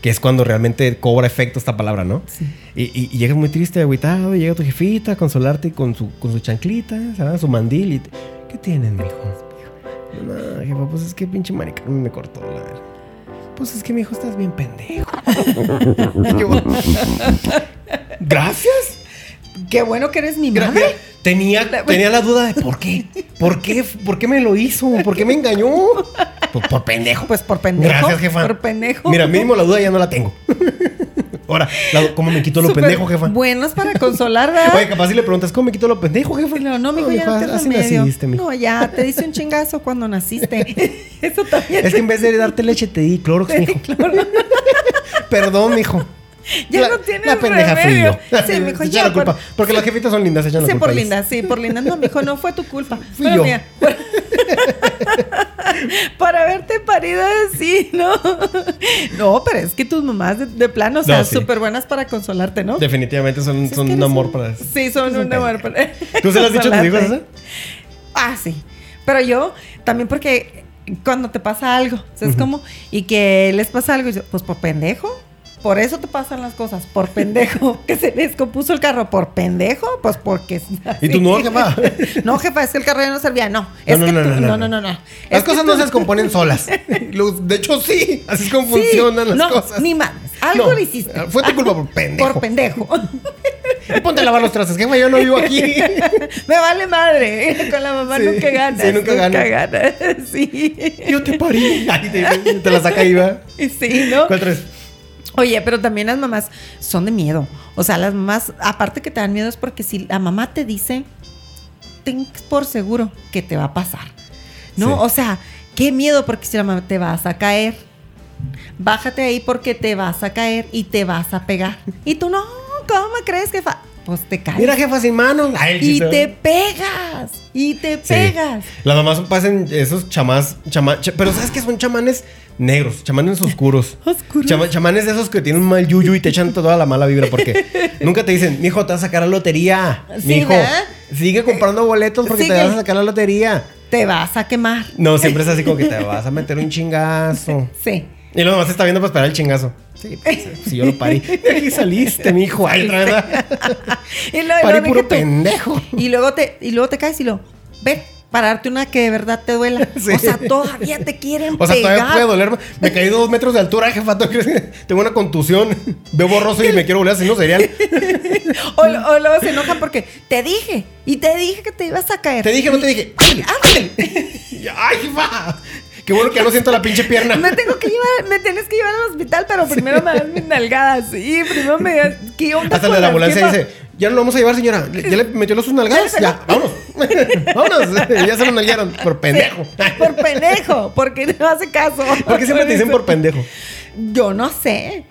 Speaker 1: Que es cuando realmente cobra efecto esta palabra, ¿no?
Speaker 2: Sí.
Speaker 1: Y, y- y llegas muy triste, aguitado, y llega tu jefita a consolarte con su, con su chanclita, ¿sabes? Su mandil y... te- ¿Qué tienes, mijo? No, jefa, pues es que pinche maricón me cortó, la verdad. Pues es que, mijo, estás bien pendejo. Y yo, Gracias.
Speaker 2: Qué bueno que eres mi
Speaker 1: Gra-
Speaker 2: madre.
Speaker 1: mira, tenía, tenía la duda de por qué. ¿Por qué, por qué me lo hizo? ¿Por qué me engañó? Por, por pendejo.
Speaker 2: Pues por pendejo.
Speaker 1: Gracias, jefa.
Speaker 2: Por pendejo.
Speaker 1: Mira, mínimo la duda ya no la tengo. Ahora, la- ¿cómo me quito lo
Speaker 2: Súper
Speaker 1: pendejo, jefa?
Speaker 2: Buenos para consolar, ¿verdad?
Speaker 1: Oye, capaz si le preguntas, ¿cómo me quito lo pendejo, jefa?
Speaker 2: no, no, mijo, ya
Speaker 1: mijo,
Speaker 2: no te
Speaker 1: así
Speaker 2: remedio.
Speaker 1: naciste, mijo.
Speaker 2: No, ya, te dice un chingazo cuando naciste. Eso también.
Speaker 1: Es que en vez de darte leche te di Clorox, mijo. Perdón, mijo.
Speaker 2: Ya
Speaker 1: La-
Speaker 2: no tienes
Speaker 1: La pendeja
Speaker 2: remedio.
Speaker 1: fui yo.
Speaker 2: Sí, mijo,
Speaker 1: Se echa
Speaker 2: ya,
Speaker 1: la culpa.
Speaker 2: por-
Speaker 1: Porque las jefitas son lindas, se echan la
Speaker 2: Sí,
Speaker 1: culpa.
Speaker 2: por
Speaker 1: a ellas.
Speaker 2: linda, sí, por linda. No, mijo, no fue tu culpa.
Speaker 1: Fui
Speaker 2: Pero
Speaker 1: yo.
Speaker 2: mira, para haberte parido así, ¿no? No, pero es que tus mamás de, de plano, o sea,
Speaker 1: No, sí.
Speaker 2: súper buenas para consolarte, ¿no?
Speaker 1: Definitivamente son,
Speaker 2: Si es
Speaker 1: son
Speaker 2: que
Speaker 1: un
Speaker 2: eres
Speaker 1: amor para...
Speaker 2: Sí, son
Speaker 1: eres un
Speaker 2: un amor
Speaker 1: pendejo.
Speaker 2: para.
Speaker 1: ¿Tú se lo has dicho a tus hijos,
Speaker 2: consolarte.
Speaker 1: esa?
Speaker 2: Ah, sí. Pero yo también porque cuando te pasa algo, ¿sabes
Speaker 1: Ujú.
Speaker 2: cómo? Y que les pasa algo, y yo, pues por pendejo. Por eso te pasan las cosas, por pendejo. que se descompuso el carro, por pendejo, pues porque. es
Speaker 1: ¿Y tú
Speaker 2: así.
Speaker 1: no, jefa?
Speaker 2: No, jefa, es que el carro ya no servía. No, es
Speaker 1: no,
Speaker 2: que
Speaker 1: no,
Speaker 2: tú-
Speaker 1: no, no,
Speaker 2: no,
Speaker 1: no.
Speaker 2: no, no, no.
Speaker 1: Las
Speaker 2: Es que
Speaker 1: cosas no
Speaker 2: tú-
Speaker 1: se descomponen solas. Los- De hecho, sí. Así es como
Speaker 2: Sí,
Speaker 1: funcionan las
Speaker 2: no,
Speaker 1: cosas.
Speaker 2: Ni madres. Algo
Speaker 1: No, ah,
Speaker 2: lo hiciste.
Speaker 1: Fue tu culpa por pendejo.
Speaker 2: Por pendejo.
Speaker 1: Ponte a lavar los trastes, jefa. Yo no vivo aquí.
Speaker 2: Me vale madre. ¿eh? Con la mamá
Speaker 1: Sí,
Speaker 2: nunca ganas.
Speaker 1: sí, nunca ganas.
Speaker 2: ganas. Sí.
Speaker 1: Yo te parí. Ay, te, te la saca ahí, va.
Speaker 2: Sí, ¿no?
Speaker 1: ¿Cuál tres?
Speaker 2: Oye, pero también las mamás son de miedo. O sea, las mamás, aparte que te dan miedo es porque si la mamá te dice, ten por seguro que te va a pasar. ¿No?
Speaker 1: Sí.
Speaker 2: O sea, qué miedo porque si la mamá te vas a caer. Bájate ahí porque te vas a caer y te vas a pegar. Y tú no, ¿cómo crees que fa-?" Pues te caes.
Speaker 1: Mira, jefa, sin manos. Ay,
Speaker 2: y
Speaker 1: chiste.
Speaker 2: te pegas. Y te
Speaker 1: Sí.
Speaker 2: pegas.
Speaker 1: Las mamás pasan esos chamás, chamá- cha- pero ¿sabes que son chamanes negros? Chamanes oscuros.
Speaker 2: Oscuros.
Speaker 1: Chama- chamanes de esos que tienen un mal yuyu y te echan toda la mala vibra porque nunca te dicen, mijo, te vas a sacar la lotería.
Speaker 2: Sí,
Speaker 1: mijo,
Speaker 2: ¿verdad?
Speaker 1: sigue comprando boletos porque te
Speaker 2: Sigue.
Speaker 1: vas a sacar la lotería.
Speaker 2: Te vas a quemar.
Speaker 1: No, siempre es así como que te vas a meter un chingazo.
Speaker 2: Sí.
Speaker 1: Y lo nomás está viendo para esperar el chingazo. Sí, pues, si yo lo parí. De aquí saliste, mijo. Ay, otra vez, ¿verdad?
Speaker 2: Y luego, y
Speaker 1: Parí
Speaker 2: luego de
Speaker 1: puro
Speaker 2: que tú-
Speaker 1: pendejo.
Speaker 2: Y luego te, y luego te caes y lo, ve, pararte una que de verdad te duela.
Speaker 1: Sí.
Speaker 2: O sea, todavía te quieren
Speaker 1: O sea,
Speaker 2: pegar.
Speaker 1: todavía puede doler. Me caí dos metros de altura, jefa. ¿tú crees que Tengo una contusión. Veo borroso y me quiero volver a hacer unos cereal.
Speaker 2: O, lo- o luego se enojan porque te dije, y te dije que te ibas a caer.
Speaker 1: Te dije, no te dije. ¡Ándale! ándale. Y, ¡Ay, jefa! Qué bueno que ya no siento la pinche pierna.
Speaker 2: Me tengo que llevar, me tienes que llevar al hospital, pero primero me das mis nalgadas. Sí, primero me das. ¿qué onda
Speaker 1: Hasta el
Speaker 2: con
Speaker 1: de la
Speaker 2: las
Speaker 1: ambulancia
Speaker 2: jefas?
Speaker 1: dice, ya no lo vamos a llevar, señora. Le- Ya le metió los sus nalgadas. Ya, vámonos. vámonos. Ya se lo nalgaron por pendejo.
Speaker 2: Por pendejo, porque no hace caso.
Speaker 1: ¿Por qué siempre te dicen por pendejo?
Speaker 2: Yo no sé.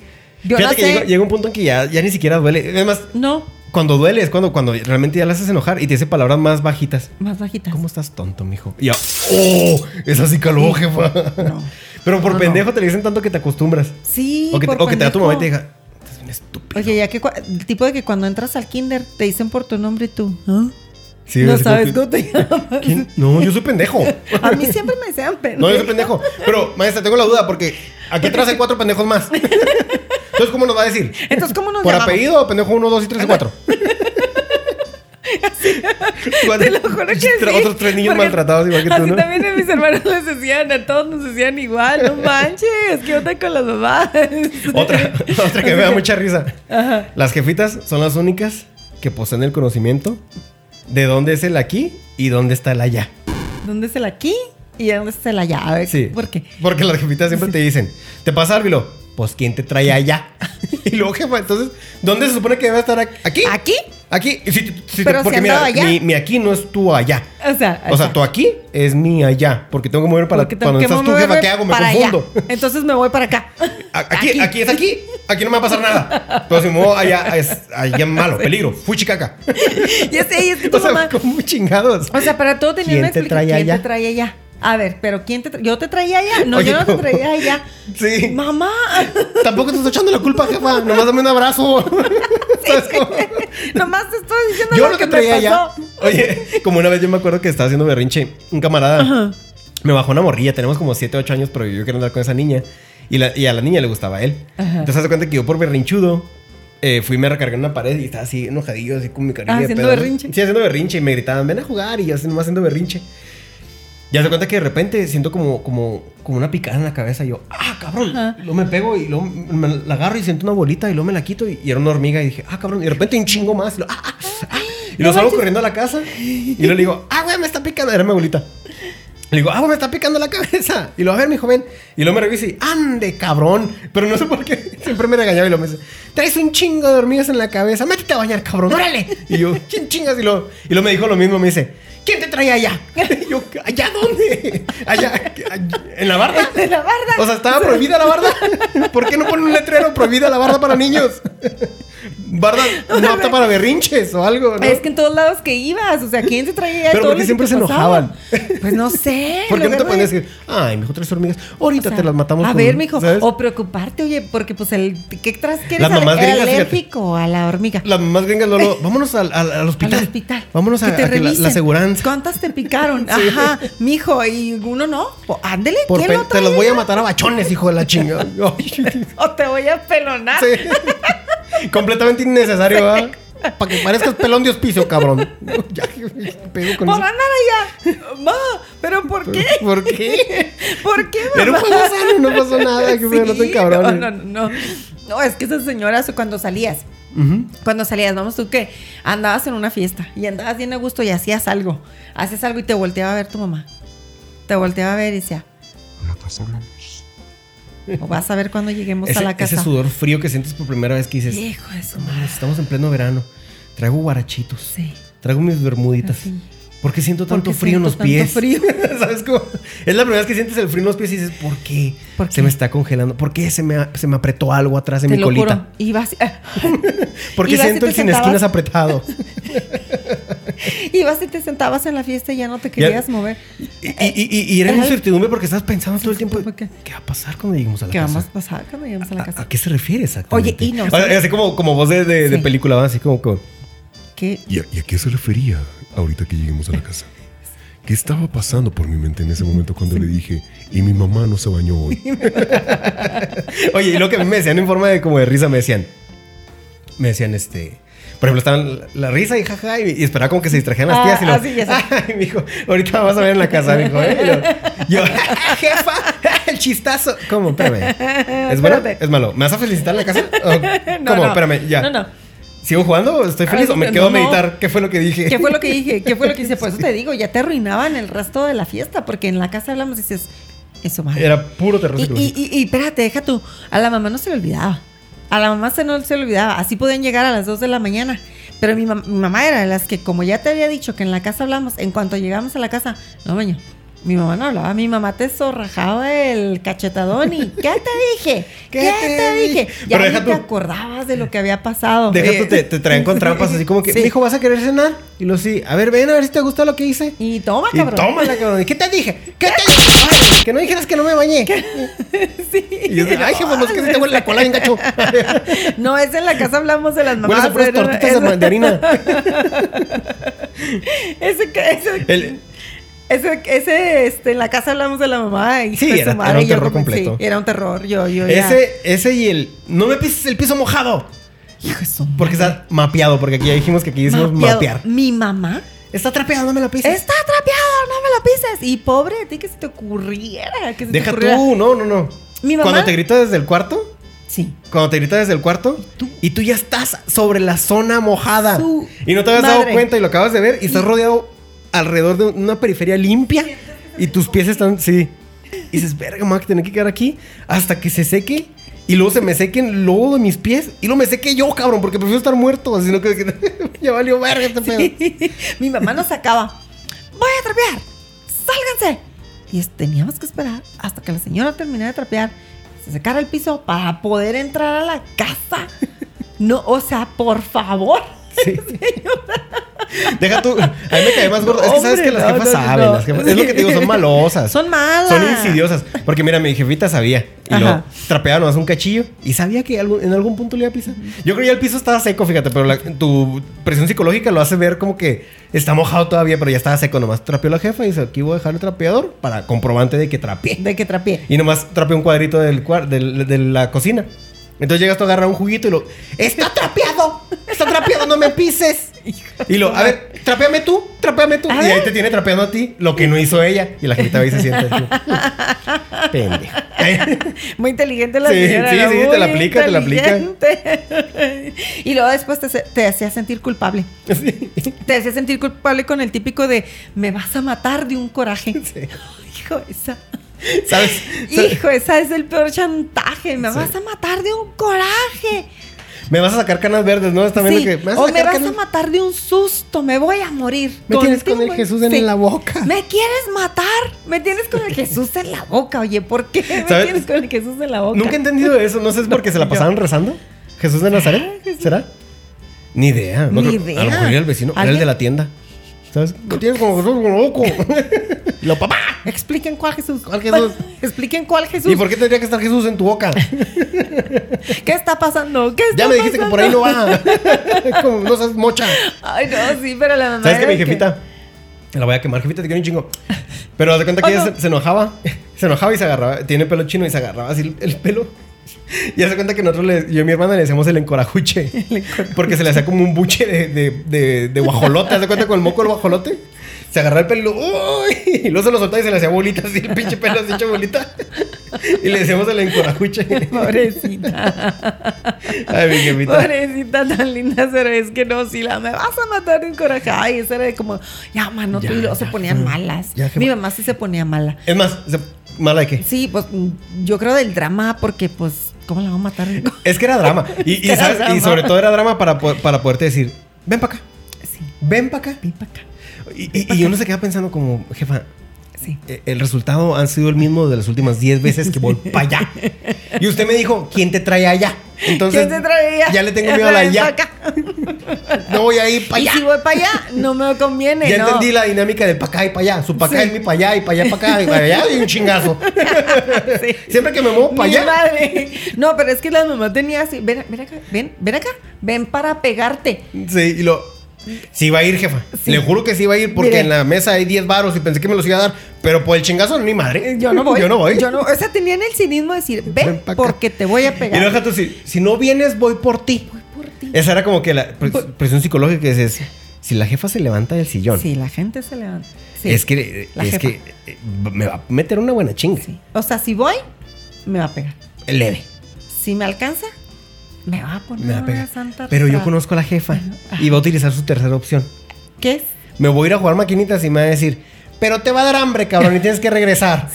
Speaker 2: Yo
Speaker 1: Fíjate
Speaker 2: no
Speaker 1: que
Speaker 2: sé.
Speaker 1: llega, llega un punto en que ya, ya ni siquiera duele. Además,
Speaker 2: No.
Speaker 1: Cuando duele es cuando, cuando realmente ya la haces enojar y te dice palabras más bajitas.
Speaker 2: Más bajitas.
Speaker 1: ¿Cómo estás tonto, mijo? Y ya, ¡oh! Es así caló, jefa. Pero por
Speaker 2: No, no.
Speaker 1: pendejo te le dicen tanto que te acostumbras.
Speaker 2: Sí.
Speaker 1: O que, te,
Speaker 2: por
Speaker 1: o que te da tu
Speaker 2: pendejo.
Speaker 1: mamá y te diga, estás bien estúpido.
Speaker 2: Oye, ya que cua- el tipo de que cuando entras al kinder te dicen por tu nombre y tú. ¿ah?
Speaker 1: Sí,
Speaker 2: no
Speaker 1: así como
Speaker 2: sabes
Speaker 1: que,
Speaker 2: cómo te llamas.
Speaker 1: "¿Quién? No, yo soy pendejo.
Speaker 2: A mí siempre me decían pendejo.
Speaker 1: No, yo soy pendejo. Pero, maestra, tengo la duda porque aquí atrás hay cuatro pendejos más. Entonces, ¿cómo nos va a decir?
Speaker 2: Entonces, ¿cómo nos
Speaker 1: ¿Por
Speaker 2: llamamos?
Speaker 1: apellido o pendejo 1, 2 y 3 y 4?
Speaker 2: Te lo juro que sí.
Speaker 1: Otros tres niños
Speaker 2: porque
Speaker 1: maltratados igual que tú,
Speaker 2: así
Speaker 1: ¿no?
Speaker 2: también a mis hermanos les decían, a todos nos decían igual, no manches, ¿qué onda con las mamás?
Speaker 1: Otra, otra que me da mucha risa.
Speaker 2: Ajá.
Speaker 1: Las jefitas son las únicas que poseen el conocimiento de dónde es el aquí y dónde está el allá.
Speaker 2: ¿Dónde es el aquí y dónde es el allá? A ver,
Speaker 1: Sí.
Speaker 2: ¿por qué?
Speaker 1: Porque las jefitas siempre te dicen, ¿te pasa árbilo? Pues ¿quién te trae allá? y luego, jefa, entonces, ¿dónde se supone que debe estar ac- aquí?
Speaker 2: ¿Aquí?
Speaker 1: Aquí. Y si- si-
Speaker 2: Pero
Speaker 1: porque
Speaker 2: si
Speaker 1: mira,
Speaker 2: andaba allá.
Speaker 1: Mi, mi aquí no es tu allá.
Speaker 2: O sea,
Speaker 1: O sea, tu aquí es mi allá. Porque tengo que mover para,
Speaker 2: Porque tengo
Speaker 1: cuando
Speaker 2: que
Speaker 1: estás tú,
Speaker 2: moverme
Speaker 1: jefa, ¿qué hago? Me
Speaker 2: para allá.
Speaker 1: confundo.
Speaker 2: Entonces me voy para acá.
Speaker 1: A- Aquí, aquí. es aquí. Aquí no me va a pasar nada. Pero si me muevo allá, es allá malo, peligro. Fuchicaca.
Speaker 2: Y es, y es que tu
Speaker 1: O sea,
Speaker 2: mamá-
Speaker 1: como chingados.
Speaker 2: O sea, para todo tenía
Speaker 1: ¿Quién
Speaker 2: una
Speaker 1: te
Speaker 2: explicación.
Speaker 1: trae
Speaker 2: ¿Quién
Speaker 1: allá?
Speaker 2: te traía allá? A ver, pero ¿quién te traía? Yo te traía allá. No,
Speaker 1: Oye,
Speaker 2: yo no
Speaker 1: ¿cómo?
Speaker 2: te traía allá.
Speaker 1: Sí.
Speaker 2: Mamá.
Speaker 1: Tampoco te estoy echando la culpa, jefa. Nomás dame un abrazo. ¿Sabes cómo?
Speaker 2: Nomás te estoy diciendo
Speaker 1: Yo
Speaker 2: lo
Speaker 1: no
Speaker 2: que
Speaker 1: te traía
Speaker 2: me
Speaker 1: allá.
Speaker 2: pasó.
Speaker 1: Oye, como una vez yo me acuerdo que estaba haciendo berrinche. Un camarada me bajó una morrilla. Tenemos como 7, 8 años, pero yo quiero andar con esa niña. Y, la- y a la niña le gustaba a él.
Speaker 2: Ajá.
Speaker 1: Entonces, haz de cuenta que yo por berrinchudo. eh, fui y me recargué en una pared y estaba así enojadillo, así con mi carilla
Speaker 2: Ah,
Speaker 1: de
Speaker 2: haciendo
Speaker 1: pedo, ¿no?
Speaker 2: berrinche.
Speaker 1: Sí, haciendo berrinche. Y me gritaban, ven a jugar. Y yo así nomás haciendo berrinche. Ya se cuenta que de repente siento como, como, como una picada en la cabeza. Y yo, ah, cabrón.
Speaker 2: Ajá.
Speaker 1: Y luego me pego y luego me la agarro y siento una bolita y luego me la quito. Y, y era una hormiga. Y dije, ah, cabrón. Y de repente un chingo más. Y lo, ah, ah, ah. Y
Speaker 2: No
Speaker 1: lo salgo
Speaker 2: manches.
Speaker 1: corriendo a la casa. Y luego le digo, ah, güey, me está picando. Era mi abuelita. Le digo, ah, güey, me está picando la cabeza. Y lo a ver, mi joven. Y luego me reviso y, ande, cabrón. Pero no sé por qué. Siempre me regañaba y lo me dice, traes un chingo de hormigas en la cabeza. Métete a bañar, cabrón. Órale. Y yo, ¿quién chingas? Y lo, y lo me dijo lo mismo. Me dice, ¿quién te trae allá? Y yo, ¿allá dónde? ¿Allá? ¿En la barda?
Speaker 2: De la barda.
Speaker 1: O sea, estaba prohibida la barda. ¿Por qué no ponen un letrero prohibida la barda para niños? Barda no apta para berrinches o algo, ¿no?
Speaker 2: Es que en todos lados que ibas, o sea, ¿quién te traía allá?
Speaker 1: Pero
Speaker 2: Todo
Speaker 1: ¿por qué
Speaker 2: lo que
Speaker 1: siempre
Speaker 2: te
Speaker 1: se
Speaker 2: pasaba?
Speaker 1: enojaban?
Speaker 2: Pues no sé.
Speaker 1: ¿Por qué no
Speaker 2: la
Speaker 1: te
Speaker 2: verdad.
Speaker 1: pueden decir, ay, mijo, tres hormigas, ahorita
Speaker 2: O sea,
Speaker 1: te las matamos
Speaker 2: A
Speaker 1: con-
Speaker 2: ver, mijo,
Speaker 1: ¿sabes?
Speaker 2: o preocuparte, oye, porque pues el ¿qué tras que eres
Speaker 1: Las mamás
Speaker 2: ale-
Speaker 1: gringas, fíjate.
Speaker 2: alérgico a la hormiga?
Speaker 1: Las mamás gringas, Lolo, vámonos al, al- al hospital.
Speaker 2: Al hospital.
Speaker 1: Vámonos a,
Speaker 2: Que te
Speaker 1: a que la,
Speaker 2: revisen.
Speaker 1: la aseguranza.
Speaker 2: ¿Cuántas te picaron? Ajá, mijo, y uno no. Pues, ándele,
Speaker 1: Por
Speaker 2: ¿quién
Speaker 1: pe-
Speaker 2: lo
Speaker 1: te los
Speaker 2: trae?
Speaker 1: voy a matar a bachones, hijo de la chinga. Ay, sí.
Speaker 2: O te voy a pelonar.
Speaker 1: Completamente innecesario, ¿verdad? Para que parezcas pelón de hospicio, cabrón. Ya, ¿qué pedo con
Speaker 2: Por
Speaker 1: eso?
Speaker 2: andar allá. Ma, ¿pero por qué?
Speaker 1: ¿Por qué?
Speaker 2: ¿Por qué, mamá?
Speaker 1: Pero fue sano, no pasó nada. Que me no te
Speaker 2: no,
Speaker 1: cabrón.
Speaker 2: no, no, no. No, es que esas señoras cuando salías, cuando salías, vamos tú que andabas en una fiesta y andabas bien a gusto y hacías algo, hacías algo y te volteaba a ver tu mamá. Te volteaba a ver y decía, o vas a ver cuando lleguemos a
Speaker 1: Ese,
Speaker 2: la casa.
Speaker 1: ese sudor frío que sientes por primera vez que dices,
Speaker 2: Hijo de su
Speaker 1: "No
Speaker 2: madre.
Speaker 1: mames, estamos en pleno verano. Traigo guarachitos.
Speaker 2: Sí.
Speaker 1: Traigo mis bermuditas.
Speaker 2: Así.
Speaker 1: ¿Por qué siento
Speaker 2: Ah, ¿Por
Speaker 1: tanto
Speaker 2: qué
Speaker 1: frío en los
Speaker 2: siento tanto
Speaker 1: pies?
Speaker 2: frío?
Speaker 1: ¿Sabes cómo? Es la primera vez que sientes el frío en los pies y dices, ¿por qué?
Speaker 2: ¿Por qué?
Speaker 1: Se me está congelando. ¿Por qué se me, a- se me apretó algo atrás de
Speaker 2: Te
Speaker 1: mi
Speaker 2: lo juro.
Speaker 1: colita?
Speaker 2: Ibas,
Speaker 1: ¿Por qué
Speaker 2: Ibas y
Speaker 1: siento
Speaker 2: te
Speaker 1: el sin
Speaker 2: sentabas.
Speaker 1: esquinas apretado?
Speaker 2: ibas y te sentabas en la fiesta y ya no te querías mover.
Speaker 1: Y, y- y- y- y era
Speaker 2: Era-
Speaker 1: incertidumbre porque estabas pensando todo el tiempo,
Speaker 2: ¿Por qué?
Speaker 1: ¿qué va a pasar cuando lleguemos a la
Speaker 2: ¿Qué
Speaker 1: casa? Ah,
Speaker 2: vamos a pasar cuando lleguemos a la
Speaker 1: ¿A,
Speaker 2: casa?
Speaker 1: a qué se refiere exactamente?
Speaker 2: Oye, y no,
Speaker 1: O sea,
Speaker 2: ¿sabes?
Speaker 1: Así como, como voz de, de- de
Speaker 2: Sí.
Speaker 1: película, ¿verdad? así como... como- ah.
Speaker 2: ¿Qué?
Speaker 4: ¿Y a, y a qué se refería ahorita que lleguemos a la casa? ¿Qué estaba pasando por mi mente en ese momento cuando le dije, y mi mamá no se bañó hoy?
Speaker 1: Oye, y lo que a mí me decían en forma de como de risa, me decían. Me decían, este. Por ejemplo, estaban la, la risa y jaja, y, y esperaba como que se distrajeran las tías.
Speaker 2: Ah,
Speaker 1: Y lo,
Speaker 2: ah, sí, ya sé.
Speaker 1: Ay, mijo, ahorita vas a ver en la casa, mijo. ¿eh? Y lo- yo, jefa, el chistazo. ¿Cómo? Espérame. ¿Es bueno?
Speaker 2: Espérate.
Speaker 1: ¿Es malo? ¿Me vas a felicitar en la casa? ¿O
Speaker 2: No,
Speaker 1: ¿Cómo?
Speaker 2: no.
Speaker 1: Espérame, ya.
Speaker 2: No, no.
Speaker 1: ¿Sigo jugando? o ¿Estoy feliz?
Speaker 2: Ay,
Speaker 1: ¿O me
Speaker 2: no,
Speaker 1: quedo
Speaker 2: no.
Speaker 1: a meditar? ¿Qué fue lo que dije?
Speaker 2: ¿Qué fue lo que dije? ¿Qué fue lo que hice? Por eso te digo, ya te arruinaban el resto de la fiesta, porque en la casa hablamos y dices, eso madre.
Speaker 1: Era puro terror
Speaker 2: Y, y,
Speaker 1: psicológico.
Speaker 2: y- y espérate, deja tú. A la mamá no se le olvidaba. A la mamá se no se le olvidaba. Así podían llegar a las 2 de la mañana. Pero mi, mam- mi mamá era de las que, como ya te había dicho que en la casa hablamos, en cuanto llegamos a la casa, no, baño. Mi mamá no hablaba, mi mamá te zorrajaba el cachetadón y ¿qué te dije? ¿Qué, te, dije? Ya
Speaker 1: Pero
Speaker 2: ni
Speaker 1: deja
Speaker 2: te
Speaker 1: tú-
Speaker 2: acordabas de lo que había pasado.
Speaker 1: Deja
Speaker 2: Eh,
Speaker 1: tú, te, te traen con trampas así como que,
Speaker 2: Sí.
Speaker 1: mijo, ¿vas a querer cenar? Y lo sí, a ver, ven a ver si te gusta lo que hice.
Speaker 2: Y toma,
Speaker 1: Y
Speaker 2: Ah, cabrón.
Speaker 1: tómala, cabrón. ¿Y qué te dije? ¿Qué te dije? Ay, Que no dijeras que no me bañé.
Speaker 2: Sí.
Speaker 1: Y yo, ay, jefe, no es que se te huele la cola bien gacho.
Speaker 2: No, es en la casa hablamos de las
Speaker 1: Hueles
Speaker 2: mamás.
Speaker 1: a puras
Speaker 2: pero era-
Speaker 1: tortitas de,
Speaker 2: era-
Speaker 1: de harina.
Speaker 2: Ese, que- ese,
Speaker 1: El-
Speaker 2: ese, ese, este, en la casa hablamos de la mamá y
Speaker 1: Sí,
Speaker 2: de su
Speaker 1: era-
Speaker 2: madre,
Speaker 1: era un
Speaker 2: y yo
Speaker 1: terror
Speaker 2: como-
Speaker 1: completo.
Speaker 2: sí, era un terror, yo, yo ya-
Speaker 1: Ese, ese y el, no me pises el piso mojado.
Speaker 2: Hijo de su
Speaker 1: Porque
Speaker 2: madre.
Speaker 1: está mapeado, porque aquí ya dijimos que aquí decimos
Speaker 2: Mapeado.
Speaker 1: mapear.
Speaker 2: Mi mamá
Speaker 1: Está trapeado, no me lo pises.
Speaker 2: está atrapeado, no me lo pises. Y pobre de ti que se te ocurriera. Que se
Speaker 1: Deja
Speaker 2: te ocurriera.
Speaker 1: tú, no, no, no.
Speaker 2: Mi mamá-
Speaker 1: Cuando te grita desde el cuarto,
Speaker 2: Sí.
Speaker 1: cuando te grita desde el cuarto
Speaker 2: tú?
Speaker 1: y tú ya estás sobre la zona mojada
Speaker 2: Su
Speaker 1: y no te habías
Speaker 2: madre.
Speaker 1: dado cuenta y lo acabas de ver y estás
Speaker 2: Y-
Speaker 1: rodeado alrededor de una periferia limpia y tus pies están, sí. Y dices, verga, me voy a tener que quedar aquí hasta que se seque y luego se me sequen luego de mis pies y luego me seque yo, cabrón, porque prefiero estar muerto, sino que, que- ya valió verga este pedo.
Speaker 2: Mi mamá nos sacaba. Voy a trapear. Sálganse. Y es- teníamos que esperar hasta que la señora terminara de trapear, se secara el piso para poder entrar a la casa. No, o sea, por favor.
Speaker 1: Sí. Deja tú. A mí me cae más gordo. es que
Speaker 2: Hombre,
Speaker 1: sabes que las
Speaker 2: no,
Speaker 1: jefas
Speaker 2: no,
Speaker 1: saben.
Speaker 2: no.
Speaker 1: las jefas- es lo que te digo, son malosas.
Speaker 2: Son malas.
Speaker 1: Son insidiosas. Porque mira, mi jefita sabía. Y lo
Speaker 2: Ajá.
Speaker 1: trapeaba nomás un cachillo. Y sabía que algún- en algún punto le iba a pisar. Yo creo que ya el piso estaba seco, fíjate. Pero la- tu presión psicológica lo hace ver como que está mojado todavía, pero ya estaba seco. Nomás trapeó la jefa y dice: Aquí voy a dejar el trapeador para comprobante de que trapeé.
Speaker 2: De que trapeé.
Speaker 1: Y nomás trapeó un cuadrito del, cuar- del- de la cocina. Entonces llegas tú a agarrar un juguito y lo. ¡Está trapeado! ¡Está trapeado! ¡No me pises! Y lo, a ver, trapeame tú, trapeame tú.
Speaker 2: A
Speaker 1: y ahí
Speaker 2: ver.
Speaker 1: te tiene trapeando a ti lo que no hizo ella. Y la gente va y se siente así. Pendejo.
Speaker 2: Muy inteligente la
Speaker 1: Sí,
Speaker 2: señora.
Speaker 1: sí,
Speaker 2: era
Speaker 1: sí, te
Speaker 2: muy
Speaker 1: la aplica, te la aplica.
Speaker 2: inteligente. y luego después te, hace- te hacía sentir culpable.
Speaker 1: Sí,
Speaker 2: Te hacía sentir culpable con el típico de me vas a matar de un coraje.
Speaker 1: sí.
Speaker 2: Hijo, esa.
Speaker 1: ¿Sabes? ¿Sabes?
Speaker 2: Hijo, esa es el peor chantaje. Me
Speaker 1: Sí.
Speaker 2: vas a matar de un coraje.
Speaker 1: Me vas a sacar canas verdes, ¿no? Está viendo
Speaker 2: Sí,
Speaker 1: que.
Speaker 2: o me
Speaker 1: sacar
Speaker 2: vas a
Speaker 1: canas-
Speaker 2: matar de un susto. Me voy a morir.
Speaker 1: Me tienes con el
Speaker 2: Contigo,
Speaker 1: Jesús en
Speaker 2: sí.
Speaker 1: la boca.
Speaker 2: Me quieres matar. Me tienes con el Jesús en la boca. Oye, ¿por qué me
Speaker 1: ¿Sabes?
Speaker 2: tienes con el Jesús en la boca?
Speaker 1: Nunca he entendido eso. No sé, es porque se la pasaban rezando. Ah, Jesús de Nazaret. ¿Será? Ni idea. no
Speaker 2: Ni
Speaker 1: creo-
Speaker 2: idea.
Speaker 1: A lo mejor era el vecino, era el
Speaker 2: ¿Alguien?
Speaker 1: de la tienda. ¿Sabes? Lo tienes como Jesús, como loco. Y lo papá.
Speaker 2: Expliquen cuál Jesús.
Speaker 1: ¿Cuál Jesús?
Speaker 2: Expliquen cuál Jesús.
Speaker 1: ¿Y por qué tendría que estar Jesús en tu boca?
Speaker 2: ¿Qué está pasando? ¿Qué está
Speaker 1: Ya me dijiste que por ahí no
Speaker 2: pasando?
Speaker 1: va. Como, no seas mocha.
Speaker 2: Ay, no, sí, pero la mamá.
Speaker 1: ¿Sabes qué,
Speaker 2: era
Speaker 1: mi
Speaker 2: de
Speaker 1: jefita? La voy a quemar, jefita, te quiero un chingo. Pero haz de cuenta que
Speaker 2: Oh,
Speaker 1: ella
Speaker 2: no.
Speaker 1: se, se enojaba. Se enojaba y se agarraba. Tiene pelo chino y se agarraba así el, el pelo. Y hace cuenta que nosotros, le- yo y mi hermana, le decíamos el encorajuche. Porque se le hacía como un buche de, de, de, de guajolote. ¿Haz de cuenta con el moco del guajolote? Se agarraba el pelo ¡uy! y luego se lo soltaba y se le hacía bolita. Así el pinche pelo se hecho bolita. Y le decíamos el encorajuche.
Speaker 2: que- Pobrecita.
Speaker 1: Ay, mi jefita.
Speaker 2: Pobrecita tan linda, pero es que no, si la me vas a matar de un coraje. Ay, esa era de como, ya, mano, tú
Speaker 1: Ya,
Speaker 2: y luego se
Speaker 1: ya,
Speaker 2: ponían
Speaker 1: jefa.
Speaker 2: malas.
Speaker 1: Ya, jefa.
Speaker 2: Mi mamá sí se ponía mala.
Speaker 1: Es más, se- ¿mala de qué?
Speaker 2: Sí, pues mm, yo creo del drama, porque pues, ¿cómo la vamos a matar?
Speaker 1: Es que era drama. Y, y,
Speaker 2: Era
Speaker 1: ¿sabes?
Speaker 2: drama.
Speaker 1: y sobre todo era drama para, po- para poderte decir, ven para acá,
Speaker 2: Sí,
Speaker 1: ven para acá.
Speaker 2: ven para acá.
Speaker 1: Y, y- y uno se queda pensando como, jefa,
Speaker 2: Sí.
Speaker 1: eh, el resultado han sido el mismo de las últimas 10 veces que voy para allá. Y usted me dijo, ¿quién te trae allá? Entonces,
Speaker 2: ¿Quién se traía?
Speaker 1: ya le tengo miedo a la
Speaker 2: Ven pa'
Speaker 1: allá.
Speaker 2: acá.
Speaker 1: No voy a ir para
Speaker 2: Y
Speaker 1: allá.
Speaker 2: si voy para allá, no me conviene.
Speaker 1: Ya
Speaker 2: no.
Speaker 1: entendí la dinámica del para acá y para allá. Su para acá
Speaker 2: Sí.
Speaker 1: es mi para allá y para allá para acá y para allá y un chingazo.
Speaker 2: Sí.
Speaker 1: Siempre que me muevo para
Speaker 2: Mi
Speaker 1: allá.
Speaker 2: madre. No, pero es que la mamá tenía así, ven, ven acá, ven, ven acá, ven para pegarte.
Speaker 1: Sí, y lo. Sí va a ir, jefa.
Speaker 2: Sí.
Speaker 1: Le juro que sí va a ir porque
Speaker 2: Mire.
Speaker 1: en la mesa hay 10 varos y pensé que me los iba a dar. Pero por el chingazo, ni madre.
Speaker 2: Yo no voy.
Speaker 1: Yo no voy.
Speaker 2: Yo no, o sea, tenían el cinismo de decir,
Speaker 1: Ven
Speaker 2: ven,
Speaker 1: pa' acá".
Speaker 2: porque te voy a
Speaker 1: Y no,
Speaker 2: pegar.
Speaker 1: jato, si, si no vienes, voy por ti.
Speaker 2: Voy por ti.
Speaker 1: Esa era como que la pre- presión psicológica que es, es, si la jefa se levanta del sillón.
Speaker 2: Sí, la gente se levanta. Sí.
Speaker 1: Es que,
Speaker 2: La
Speaker 1: es
Speaker 2: jefa.
Speaker 1: que eh, me va a meter una buena chinga.
Speaker 2: Sí. O sea, si voy, me va a pegar.
Speaker 1: Leve.
Speaker 2: Si me alcanza, me va a poner
Speaker 1: Me va a pegar.
Speaker 2: una Ah, santa
Speaker 1: Pero yo
Speaker 2: tra-
Speaker 1: conozco a la jefa y va a utilizar su tercera opción.
Speaker 2: ¿Qué es?
Speaker 1: Me voy a ir a jugar maquinitas y me va a decir, pero te va a dar hambre, cabrón, y tienes que regresar.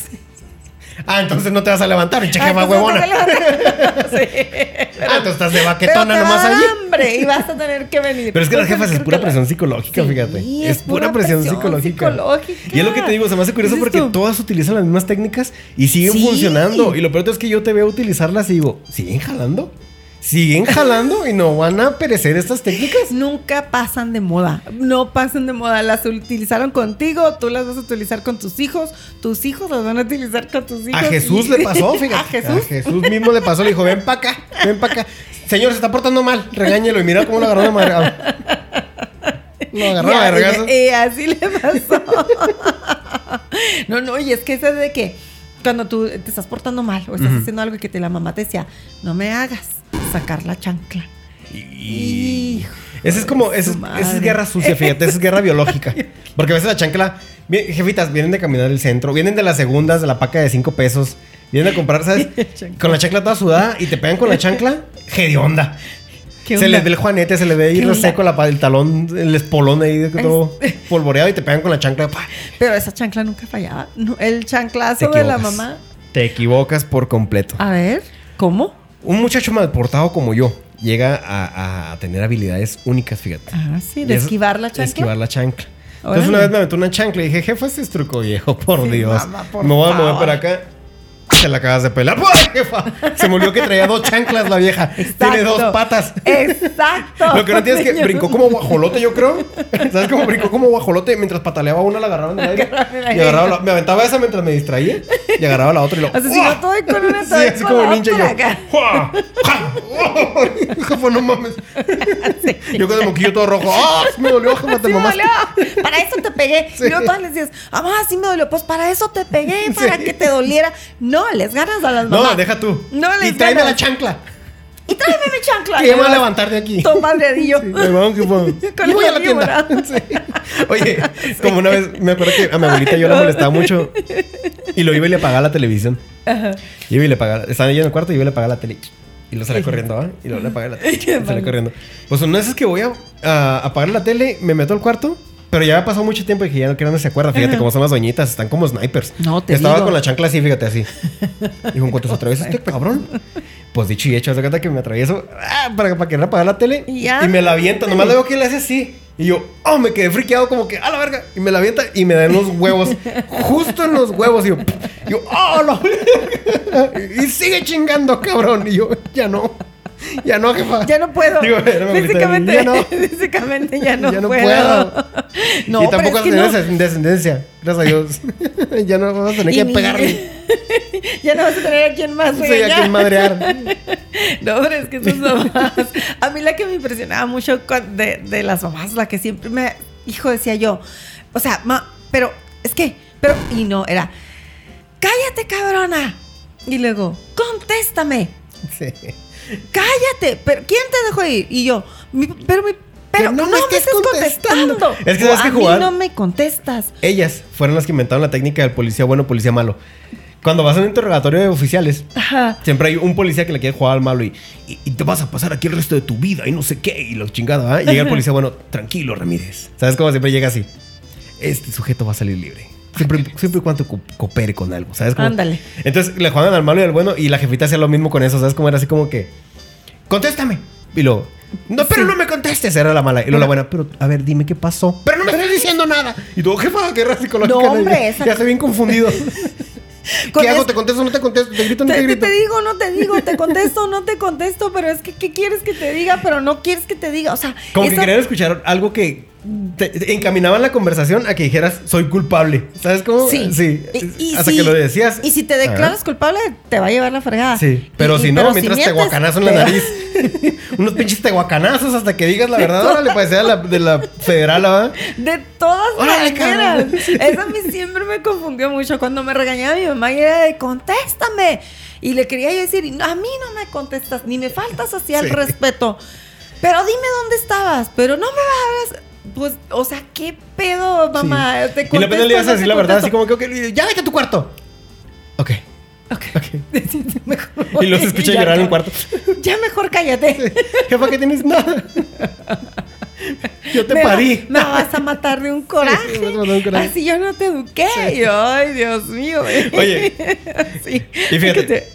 Speaker 1: Ah, entonces no te vas a levantar, pinche
Speaker 2: pues,
Speaker 1: jefa huevona. Ah, entonces estás de
Speaker 2: Pero
Speaker 1: baquetona
Speaker 2: te va
Speaker 1: nomás
Speaker 2: a dar
Speaker 1: allí.
Speaker 2: hambre y vas a tener que venir.
Speaker 1: Pero es que las jefas
Speaker 2: Entonces,
Speaker 1: es
Speaker 2: creo
Speaker 1: pura
Speaker 2: que la-
Speaker 1: presión psicológica,
Speaker 2: Sí,
Speaker 1: fíjate.
Speaker 2: es
Speaker 1: Es pura
Speaker 2: pura
Speaker 1: presión
Speaker 2: presión
Speaker 1: psicológica.
Speaker 2: psicológica.
Speaker 1: Y es lo que te digo, se me hace curioso
Speaker 2: Dices
Speaker 1: porque
Speaker 2: tú.
Speaker 1: todas utilizan las mismas técnicas y siguen
Speaker 2: Sí.
Speaker 1: funcionando. Y lo peor de todo es que yo te veo utilizarlas y digo, ¿siguen jalando? ¿Siguen jalando y no van a perecer estas técnicas?
Speaker 2: Nunca pasan de moda. No pasan de moda. Las utilizaron contigo, tú las vas a utilizar con tus hijos, tus hijos las van a utilizar con tus hijos.
Speaker 1: A Jesús le pasó, fíjate.
Speaker 2: A Jesús.
Speaker 1: mismo le pasó, le dijo, ven para acá, ven para acá. Señor, se está portando mal, regáñelo y mira cómo lo agarró de madre. Lo agarró de
Speaker 2: Ya, eh.
Speaker 1: vergazo.
Speaker 2: y- y así le pasó. no, no, y es que eso de que cuando tú te estás portando mal o estás haciendo algo y que te la mamá te decía, no me hagas sacar la chancla.
Speaker 1: Y...
Speaker 2: Hijo
Speaker 1: Esa es como,
Speaker 2: de
Speaker 1: esa
Speaker 2: su
Speaker 1: es,
Speaker 2: madre.
Speaker 1: esa es guerra sucia, fíjate, esa es guerra biológica. Porque a veces la chancla, vi- jefitas, vienen de caminar el centro, vienen de las segundas, de la paca de cinco pesos, vienen a comprar, ¿sabes? Con la chancla toda sudada y te pegan con la chancla, hedionda.
Speaker 2: ¿Qué
Speaker 1: Se
Speaker 2: onda?
Speaker 1: les ve el juanete, se les ve
Speaker 2: ¿Qué
Speaker 1: ir
Speaker 2: onda?
Speaker 1: seco la, pa- el talón, el espolón ahí todo polvoreado y te pegan con la chancla. pa.
Speaker 2: Pero esa chancla nunca fallaba. No, el
Speaker 1: Te
Speaker 2: chanclazo de la
Speaker 1: equivocas.
Speaker 2: mamá. Ah.
Speaker 1: Te equivocas por completo.
Speaker 2: A ver, ¿cómo?
Speaker 1: Un muchacho mal portado como yo llega a, a tener habilidades únicas, fíjate.
Speaker 2: Ah, sí, de
Speaker 1: Y es-
Speaker 2: esquivar la
Speaker 1: de
Speaker 2: chancla.
Speaker 1: esquivar la chancla.
Speaker 2: Órale.
Speaker 1: Entonces una vez me aventó una chancla y dije, jefa, ese es truco viejo, por
Speaker 2: Sí,
Speaker 1: Dios.
Speaker 2: mamá, por
Speaker 1: me voy a mover
Speaker 2: favor.
Speaker 1: para acá. Se la acabas de pelar. ¡Ay, jefa! Se me olvidó que traía dos chanclas la vieja. Tiene
Speaker 2: Exacto.
Speaker 1: dos patas.
Speaker 2: Exacto.
Speaker 1: Lo que no entiendes es que
Speaker 2: señor.
Speaker 1: brincó como guajolote, yo creo. ¿Sabes cómo brincó como guajolote? Mientras pataleaba una, la agarraban del aire.
Speaker 2: Agarraban del
Speaker 1: Y
Speaker 2: aire.
Speaker 1: agarraba la- me aventaba esa mientras me distraía. Y agarraba la otra y lo.
Speaker 2: O sea, si no todo y con una,
Speaker 1: Sí,
Speaker 2: todo y
Speaker 1: así
Speaker 2: con
Speaker 1: como
Speaker 2: la
Speaker 1: ninja
Speaker 2: otra
Speaker 1: yo.
Speaker 2: acá.
Speaker 1: ¡Jua! ¡Ja! ¡Oh! Jefa, no mames. Yo con el moquillo todo rojo. ¡Ah! sí Me dolió, jefa, te
Speaker 2: Sí me
Speaker 1: mamaste.
Speaker 2: dolió. Para eso te pegué.
Speaker 1: Sí.
Speaker 2: Y luego todas les decías, mamá, sí me dolió. Pues para eso te pegué, para
Speaker 1: Sí.
Speaker 2: que te doliera. No, les ganas a las
Speaker 1: No,
Speaker 2: mamás.
Speaker 1: deja tú.
Speaker 2: No les
Speaker 1: y tráeme
Speaker 2: ganas.
Speaker 1: la chancla.
Speaker 2: Y tráeme mi chancla.
Speaker 1: Que ya me voy a levantar de aquí.
Speaker 2: Toma el dedillo.
Speaker 1: Sí, me van, jefa.
Speaker 2: Con
Speaker 1: Y voy
Speaker 2: la
Speaker 1: a la tienda.
Speaker 2: víbora.
Speaker 1: Sí. Oye, como una vez, me acuerdo que a mi abuelita yo la molestaba mucho y lo iba y le apagaba la televisión. Iba y le apagaba, estaba yo en el cuarto y iba y le apagaba la tele. Y lo salía corriendo, ¿ah? Y luego le apagaba la tele.
Speaker 2: Qué
Speaker 1: y salía
Speaker 2: mal.
Speaker 1: corriendo. Pues una vez es que voy a, a apagar la tele, me meto al cuarto. Pero ya ha pasado mucho tiempo y que ya no quiero no se acuerda. Fíjate cómo son las doñitas, están como snipers.
Speaker 2: No, te
Speaker 1: Estaba
Speaker 2: digo.
Speaker 1: con la chancla así, fíjate así. Dijo, en cuanto se atravesó este cabrón. Pues dicho y hecho, hace cuenta que me atravieso ah, para, para querer apagar la tele
Speaker 2: Y ya.
Speaker 1: y me la avienta. Nomás le veo que le hace así. Y yo, oh, me quedé friqueado como que, a la verga. Y me la avienta y me da en los huevos. justo en los huevos. Y yo, y yo oh, la verga". Y sigue chingando, cabrón. Y yo, ya no. Ya no, jefa.
Speaker 2: Ya no puedo.
Speaker 1: Digo, era mi abuelita,
Speaker 2: físicamente,
Speaker 1: ya no.
Speaker 2: físicamente ya no
Speaker 1: Ya no
Speaker 2: puedo.
Speaker 1: puedo.
Speaker 2: No,
Speaker 1: y tampoco
Speaker 2: pero es que no.
Speaker 1: vas a tener descendencia. Gracias a Dios. ya no vas a tener
Speaker 2: Y
Speaker 1: que
Speaker 2: ni-
Speaker 1: pegarle.
Speaker 2: ya no vas a tener a quien más.
Speaker 1: No
Speaker 2: güey,
Speaker 1: sé a
Speaker 2: ya.
Speaker 1: quién madrear.
Speaker 2: No, pero es que esas mamás. A mí la que me impresionaba mucho con- de, de las mamás, la que siempre me. Hijo, decía yo. O sea, ma, pero es que. Pero. Y no, era. ¡Cállate, cabrona! Y luego, ¡contéstame!
Speaker 1: Sí.
Speaker 2: ¡Cállate! ¿Pero quién te dejó ir? Y yo, mi- pero mi. Pero no, me estés contestando.
Speaker 1: Es que sabes
Speaker 2: O
Speaker 1: que
Speaker 2: a
Speaker 1: jugar-
Speaker 2: Mí no me contestas.
Speaker 1: Ellas fueron las que inventaron la técnica del policía bueno, policía malo. Cuando vas a un interrogatorio de oficiales,
Speaker 2: Ajá.
Speaker 1: siempre hay un policía que le quiere jugar al malo y, y, y te vas a pasar aquí el resto de tu vida y no sé qué y lo chingado, ¿ah? Y Llega el policía bueno, tranquilo Ramírez. ¿Sabes cómo siempre llega así? Este sujeto va a salir libre. Siempre, siempre y cuando co- coopere con algo, ¿sabes? cómo?
Speaker 2: Ándale.
Speaker 1: Entonces le juegan al malo y al bueno y la jefita hacía lo mismo con eso, ¿sabes? Como era así como que, contéstame. Y luego, no, pero no me contestes, era la mala. Y luego la buena, pero a ver, dime qué pasó. Pero no me estás diciendo nada. Y tú, jefa, guerra psicológica.
Speaker 2: No,
Speaker 1: la-
Speaker 2: hombre,
Speaker 1: ya,
Speaker 2: esa-
Speaker 1: ya estoy bien confundido. ¿Qué hago?
Speaker 2: Contesta-
Speaker 1: ¿Te contesto o no te contesto? ¿Te grito o no
Speaker 2: Te,
Speaker 1: te
Speaker 2: te-
Speaker 1: grito?
Speaker 2: te digo, no te digo, te contesto, no te contesto, pero es que, ¿qué quieres que te diga? Pero no quieres que te diga, o sea...
Speaker 1: Como que
Speaker 2: esa-
Speaker 1: querían escuchar algo que te- te encaminaban la conversación a que dijeras, soy culpable. ¿Sabes cómo?
Speaker 2: Sí.
Speaker 1: sí.
Speaker 2: Y- y
Speaker 1: Hasta
Speaker 2: si-
Speaker 1: que lo decías.
Speaker 2: Y si te
Speaker 1: Ajá.
Speaker 2: declaras culpable, te va a llevar la fregada.
Speaker 1: Sí, pero
Speaker 2: Y- y-
Speaker 1: si no, mientras te
Speaker 2: mientes,
Speaker 1: guacanas en la
Speaker 2: te va-
Speaker 1: nariz. Unos pinches tehuacanazos hasta que digas la verdad. Ahora le parecía la, de la federal, ¿ah?
Speaker 2: De todas
Speaker 1: Órale,
Speaker 2: maneras.
Speaker 1: cabrón.
Speaker 2: Eso a mí siempre me confundió mucho. Cuando me regañaba mi mamá, y era de, contéstame. Y le quería yo decir, a mí no me contestas, ni me faltas así al
Speaker 1: Sí.
Speaker 2: respeto. Pero dime dónde estabas, pero no me hablas. Pues, o sea, ¿qué pedo, mamá? Te
Speaker 1: Y la pena le ibas a
Speaker 2: contesto,
Speaker 1: decir
Speaker 2: no
Speaker 1: la verdad,
Speaker 2: te contesto.
Speaker 1: así como que, ok, ya vete a tu cuarto. Ok.
Speaker 2: Ok.
Speaker 1: Y los escucha llorar en un cuarto.
Speaker 2: Ya mejor cállate.
Speaker 1: Jefa, ¿qué tienes? Nada. Yo te
Speaker 2: me, va-
Speaker 1: parí.
Speaker 2: me vas a matar de un coraje.
Speaker 1: me vas a matar de un coraje.
Speaker 2: Así yo no te eduqué. Y yo, ay, Dios mío. güey.
Speaker 1: Oye.
Speaker 2: Sí.
Speaker 1: Y fíjate.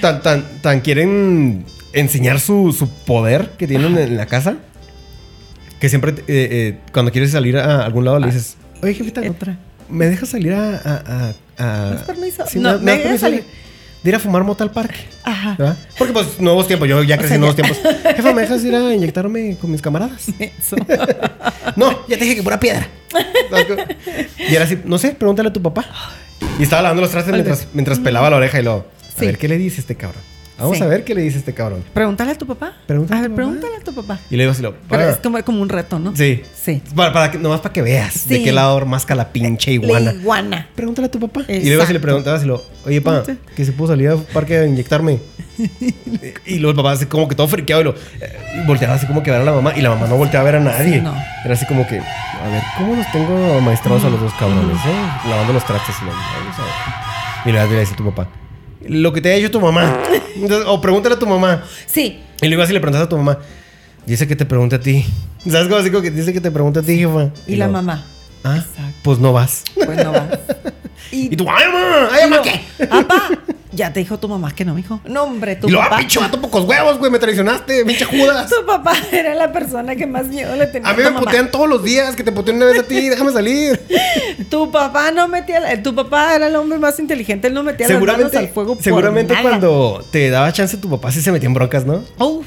Speaker 1: Tan, tan, tan quieren enseñar su, su poder que tienen en la casa. Que siempre eh, eh, cuando quieres salir a algún
Speaker 2: Ah.
Speaker 1: lado le dices, oye jefita,
Speaker 2: Otra.
Speaker 1: ¿me dejas salir a... a, a, a-
Speaker 2: ¿Me das permiso?
Speaker 1: Sí, me,
Speaker 2: No, ¿me
Speaker 1: das permiso
Speaker 2: dejas salir?
Speaker 1: de, de ir a fumar mota al parque.
Speaker 2: Ajá.
Speaker 1: ¿verdad? Porque pues nuevos tiempos, yo ya crecí
Speaker 2: sea,
Speaker 1: en nuevos tiempos. Jefa, ¿me dejas ir a inyectarme con mis camaradas?
Speaker 2: Eso.
Speaker 1: No, ya te dije que pura piedra. y era así, no sé, pregúntale a tu papá. Y estaba lavando los trastes mientras, mientras pelaba la oreja y luego, a
Speaker 2: Sí.
Speaker 1: ver qué le dice este cabrón. Vamos
Speaker 2: Sí.
Speaker 1: a ver qué le dice este cabrón.
Speaker 2: Pregúntale a tu papá.
Speaker 1: Pregúntale
Speaker 2: a
Speaker 1: a
Speaker 2: ver,
Speaker 1: tu mamá.
Speaker 2: pregúntale a tu papá.
Speaker 1: Y le digo así, lo,
Speaker 2: Pero
Speaker 1: "Ah".
Speaker 2: es como, como un reto, ¿no?
Speaker 1: Sí.
Speaker 2: Sí.
Speaker 1: Para, para que, nomás para que veas de
Speaker 2: Sí.
Speaker 1: qué lado masca la pinche
Speaker 2: La
Speaker 1: iguana.
Speaker 2: iguana.
Speaker 1: Pregúntale a tu papá. Y luego si le
Speaker 2: Exacto.
Speaker 1: preguntabas y lo, oye, pa,
Speaker 2: Pregúntale.
Speaker 1: que se pudo salir al parque a inyectarme. y luego el papá así como que todo friqueado y lo eh, volteaba así como que a ver a la mamá. Y la mamá no volteaba a ver a nadie.
Speaker 2: Sí, no.
Speaker 1: Era así como que, a ver, ¿cómo los tengo maestrados a los dos cabrones? eh? Lavando los trastes y lo, vamos a ver. Y le das- le dice a tu papá. Lo que te ha hecho tu mamá. Entonces, o pregúntale a tu mamá.
Speaker 2: Sí.
Speaker 1: Y luego ibas y le preguntas a tu mamá. Dice que te pregunte a ti. ¿Sabes cómo así como que dice que te pregunte a ti, jefa?
Speaker 2: Y, la
Speaker 1: lo-
Speaker 2: mamá.
Speaker 1: Ah,
Speaker 2: Exacto.
Speaker 1: pues no vas.
Speaker 2: Pues no vas.
Speaker 1: Y tú, ay, mamá, ay, mamá, ¿qué?
Speaker 2: Papá, ya te dijo tu mamá que no, mijo. No, hombre, tu
Speaker 1: Y lo, ah,
Speaker 2: papá.
Speaker 1: pinche vato, pocos huevos, güey, me traicionaste, pinche Judas.
Speaker 2: Tu papá era la persona que más miedo le tenía.
Speaker 1: A mí
Speaker 2: tu
Speaker 1: me
Speaker 2: mamá.
Speaker 1: putean todos los días, que te putean una vez a ti, déjame salir.
Speaker 2: Tu papá no metía. la- Tu papá era el hombre más inteligente. Él no metía las manos
Speaker 1: Seguramente,
Speaker 2: al fuego. por
Speaker 1: seguramente
Speaker 2: nada.
Speaker 1: cuando te daba chance tu papá sí se metía en broncas, ¿no?
Speaker 2: Uf,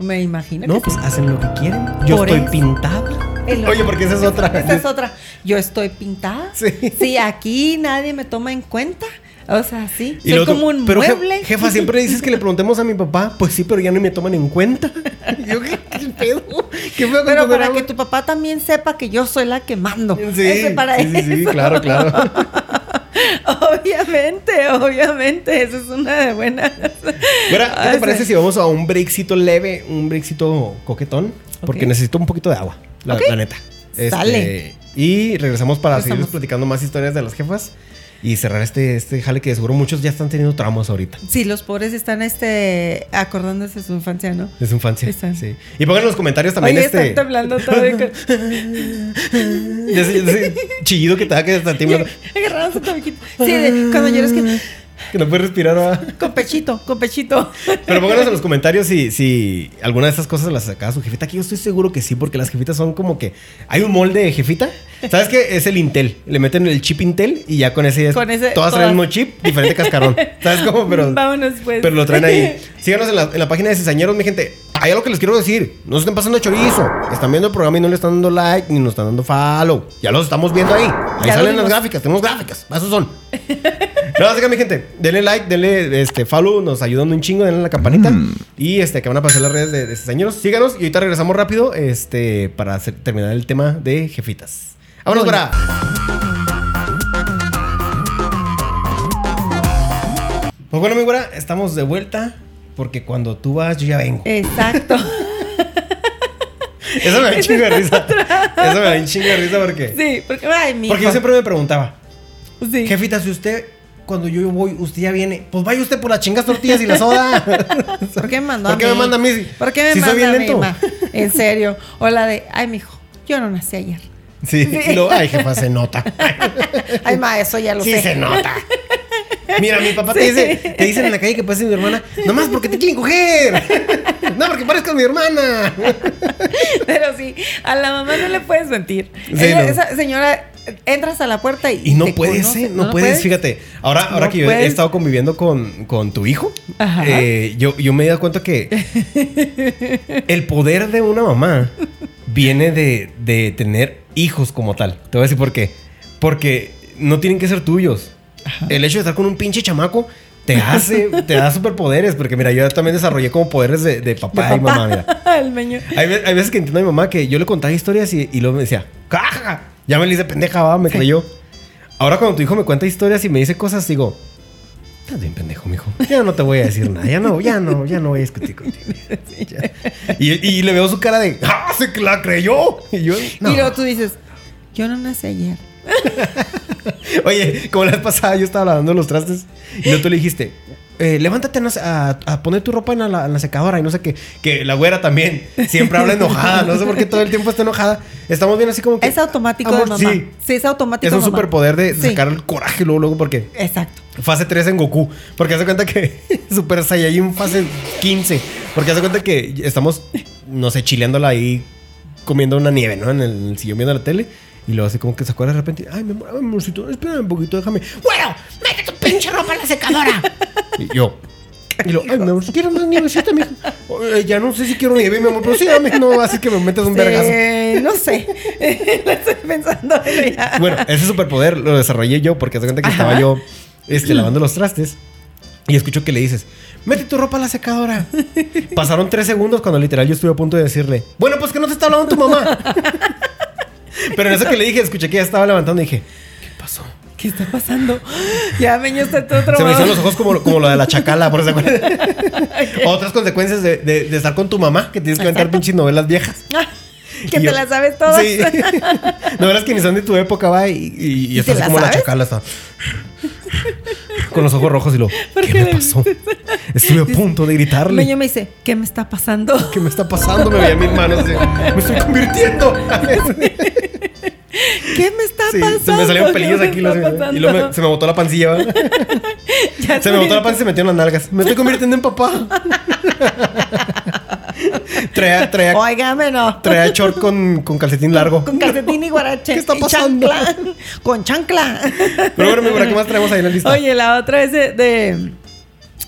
Speaker 2: me imagino.
Speaker 1: No,
Speaker 2: que sí.
Speaker 1: pues hacen lo que quieren. Yo
Speaker 2: Por
Speaker 1: estoy
Speaker 2: eso.
Speaker 1: pintado.
Speaker 2: El-
Speaker 1: Oye, porque esa es otra.
Speaker 2: Esa es otra. Yo estoy pintada.
Speaker 1: Sí.
Speaker 2: Sí, aquí nadie me toma en cuenta. O sea, sí.
Speaker 1: Y
Speaker 2: soy
Speaker 1: luego tú,
Speaker 2: como un
Speaker 1: pero je-
Speaker 2: mueble.
Speaker 1: jefa, siempre dices que le preguntemos a mi papá. Pues sí, pero ya no me toman en cuenta. Y Yo, ¿qué, qué pedo? ¿Qué pedo con tu
Speaker 2: Pero para
Speaker 1: programa?
Speaker 2: que tu papá también sepa que yo soy la que mando.
Speaker 1: Sí,
Speaker 2: Ese para
Speaker 1: sí, sí, sí,
Speaker 2: eso.
Speaker 1: claro, claro.
Speaker 2: Obviamente, obviamente. Esa es una de buenas.
Speaker 1: Güera, ¿qué
Speaker 2: Ah,
Speaker 1: te
Speaker 2: sí.
Speaker 1: parece si vamos a un breakcito leve, un breakcito coquetón? Porque
Speaker 2: Ok.
Speaker 1: necesito un poquito de agua, la, la neta. Este,
Speaker 2: Sale.
Speaker 1: Y regresamos para seguir
Speaker 2: Regresamos.
Speaker 1: platicando más historias de las jefas y cerrar este, este jale que de seguro muchos ya están teniendo traumas ahorita.
Speaker 2: Sí, los pobres están este, acordándose de su infancia, ¿no?
Speaker 1: De su infancia.
Speaker 2: Están.
Speaker 1: Sí. Y pongan en los comentarios también
Speaker 2: Oye,
Speaker 1: este.
Speaker 2: están temblando todo. y con-
Speaker 1: de ese- de ese chillido que te da que está temblando.
Speaker 2: Agarraron su cabellito. Sí, de- cuando lloras que...
Speaker 1: Que no puedes respirar. ¿verdad?
Speaker 2: Con pechito, con pechito.
Speaker 1: Pero pónganos en los comentarios si, si alguna de estas cosas las sacaba su jefita. Que yo estoy seguro que sí, porque las jefitas son como que. Hay un molde de jefita. ¿Sabes qué? Es el Intel. Le meten el chip Intel y ya con ese. ya es-
Speaker 2: Con ese-
Speaker 1: todas traen el
Speaker 2: todas.
Speaker 1: mismo chip, diferente cascarón. ¿Sabes cómo? Pero.
Speaker 2: Vámonos, pues.
Speaker 1: Pero lo traen ahí. Síganos en la, en la página de Cizañeros, mi gente. Hay algo que les quiero decir. No se estén pasando chorizo. Están viendo el programa y no le están dando like ni nos están dando follow. Ya los estamos viendo ahí. Ahí
Speaker 2: Ya lo
Speaker 1: salen las
Speaker 2: vimos.
Speaker 1: gráficas. Tenemos gráficas. Esos son. no, así que, mi gente, denle like, denle este, follow. Nos ayudan un chingo. Denle la campanita. Y este, que van a pasar las redes de, de Cizañeros. Síganos. Y ahorita regresamos rápido este, para hacer- terminar el tema de jefitas. Vámonos,
Speaker 2: Bueno.
Speaker 1: para. Pues bueno, mi güera, estamos de vuelta. Porque cuando tú vas, yo ya vengo.
Speaker 2: Exacto.
Speaker 1: Eso me da un chingo de risa. Eso me da un chingo de risa porque.
Speaker 2: Sí, porque, ay, mi
Speaker 1: Porque yo siempre me preguntaba,
Speaker 2: sí.
Speaker 1: jefita, si usted, cuando yo voy, usted ya viene, pues vaya usted por las chingas tortillas y la soda.
Speaker 2: ¿Por qué me mandó
Speaker 1: ¿Por
Speaker 2: a
Speaker 1: qué
Speaker 2: mí?
Speaker 1: me manda a mí?
Speaker 2: ¿Por qué me
Speaker 1: Si soy
Speaker 2: manda
Speaker 1: bien
Speaker 2: a mí,
Speaker 1: lento.
Speaker 2: ma? En serio. O la de, ay, mijo, yo no nací ayer.
Speaker 1: Sí, y luego, ay, jefa, se nota.
Speaker 2: Ay, ma, eso ya lo
Speaker 1: sí,
Speaker 2: sé.
Speaker 1: se nota. Mira, mi papá te dice, te dicen en la calle que pases mi hermana, nomás porque te quieren coger. no, porque parezcas mi hermana.
Speaker 2: Pero sí, a la mamá no le puedes mentir.
Speaker 1: Sí,
Speaker 2: Ella-
Speaker 1: no.
Speaker 2: Esa señora, entras a la puerta y.
Speaker 1: Y no
Speaker 2: te
Speaker 1: puedes,
Speaker 2: conoce.
Speaker 1: ¿eh? No, puedes, fíjate. Ahora, ahora
Speaker 2: No
Speaker 1: que yo he
Speaker 2: puedes.
Speaker 1: estado conviviendo con, con tu hijo,
Speaker 2: Ajá.
Speaker 1: eh, yo, yo me he dado cuenta que el poder de una mamá viene de, de tener hijos como tal. Te voy a decir por qué. Porque no tienen que ser tuyos. El hecho de estar con un pinche chamaco te hace, te da superpoderes. Porque mira, yo también desarrollé como poderes de, de papá
Speaker 2: De
Speaker 1: y
Speaker 2: papá.
Speaker 1: mamá, mira.
Speaker 2: El meño.
Speaker 1: Hay, ve- hay veces que entiendo a mi mamá que yo le contaba historias y, y luego me decía, ¡caja! Ya me le hice pendeja, va, me creyó. Ahora cuando tu hijo me cuenta historias y me dice cosas, digo, estás bien pendejo, mijo. Ya no te voy a decir nada, ya no, ya no, ya no voy a discutir contigo. Ya. Y, y le veo su cara de, ¡ah, se que la creyó! Y yo, no.
Speaker 2: Y luego tú dices, yo no nací ayer.
Speaker 1: Oye, como la vez pasada yo estaba lavando los trastes y luego tú le dijiste, eh, levántate a, nas- a- a poner tu ropa en la, en la secadora y no sé qué. Que la güera también siempre habla enojada. No sé por qué todo el tiempo está enojada. Estamos bien así como que.
Speaker 2: Es automático
Speaker 1: Amor,
Speaker 2: de mamá.
Speaker 1: Sí.
Speaker 2: Sí. es automático.
Speaker 1: Es
Speaker 2: de
Speaker 1: un
Speaker 2: mamá.
Speaker 1: superpoder de
Speaker 2: Sí,
Speaker 1: sacar el coraje luego, luego, porque
Speaker 2: Exacto.
Speaker 1: fase 3 en Goku. Porque hace cuenta que Super Saiyajin fase 15. Porque hace cuenta que estamos, no sé, chileándola ahí, comiendo una nieve, ¿no? En el, sillón viendo la tele. Y luego así como que se acuerda de repente. Ay, mi amor, ay, amorcito, espérame un poquito, déjame. ¡Bueno! ¡Mete tu pinche ropa en la secadora! Y yo. Y lo, ay, mi amor, si quieres más nievecita, mijo. "Eh, Ya no sé si quiero nieve, mi amor, pero sí, dame, no, así que me metas un vergazo.
Speaker 2: Sí, no sé. Lo estoy pensando. ya.
Speaker 1: Bueno, ese superpoder lo desarrollé yo porque hace cuenta que estaba yo este, lavando los trastes y escucho que le dices, mete tu ropa a la secadora. Pasaron tres segundos cuando literal yo estuve a punto de decirle, bueno, pues que no te está hablando tu mamá. Pero en eso que le dije, escuché que ya estaba levantando y dije, ¿qué pasó?
Speaker 2: ¿Qué está pasando? Ya, meño, está todo
Speaker 1: Se me
Speaker 2: traumado.
Speaker 1: hicieron los ojos como, como lo de la chacala, por eso Otras consecuencias de, de- de estar con tu mamá, que tienes que aventar pinches novelas viejas.
Speaker 2: Ah, Que
Speaker 1: Y
Speaker 2: te
Speaker 1: yo-
Speaker 2: la sabes todas.
Speaker 1: Sí. Novelas que ni son de tu época, va, y, y, y
Speaker 2: ¿Y
Speaker 1: estás
Speaker 2: te la
Speaker 1: como la
Speaker 2: sabes?
Speaker 1: chacala, está. Con los ojos rojos y lo. ¿Qué
Speaker 2: qué
Speaker 1: me
Speaker 2: le-
Speaker 1: pasó? Estuve a punto de gritarle.
Speaker 2: Meño me dice, ¿qué me está pasando?
Speaker 1: ¿Qué me está pasando? Me veía en mis manos. así, me estoy convirtiendo.
Speaker 2: ¿Qué me está
Speaker 1: Sí,
Speaker 2: pasando?
Speaker 1: se me salieron pelillos
Speaker 2: ¿Qué me
Speaker 1: aquí. los-
Speaker 2: está
Speaker 1: y luego me-
Speaker 2: pasando?
Speaker 1: se me botó la pancilla. ¿va?
Speaker 2: Ya
Speaker 1: Se me
Speaker 2: sé.
Speaker 1: botó la panza y se metió en las nalgas. Me estoy convirtiendo en papá. traía, traía,
Speaker 2: Óigame, no.
Speaker 1: traía short con, con calcetín largo.
Speaker 2: Con calcetín y guarache.
Speaker 1: ¿Qué está
Speaker 2: y
Speaker 1: pasando?
Speaker 2: chancla. Con chancla.
Speaker 1: Pero bueno, mi Bora, ¿qué más traemos ahí en la lista?
Speaker 2: Oye, la otra es de, de,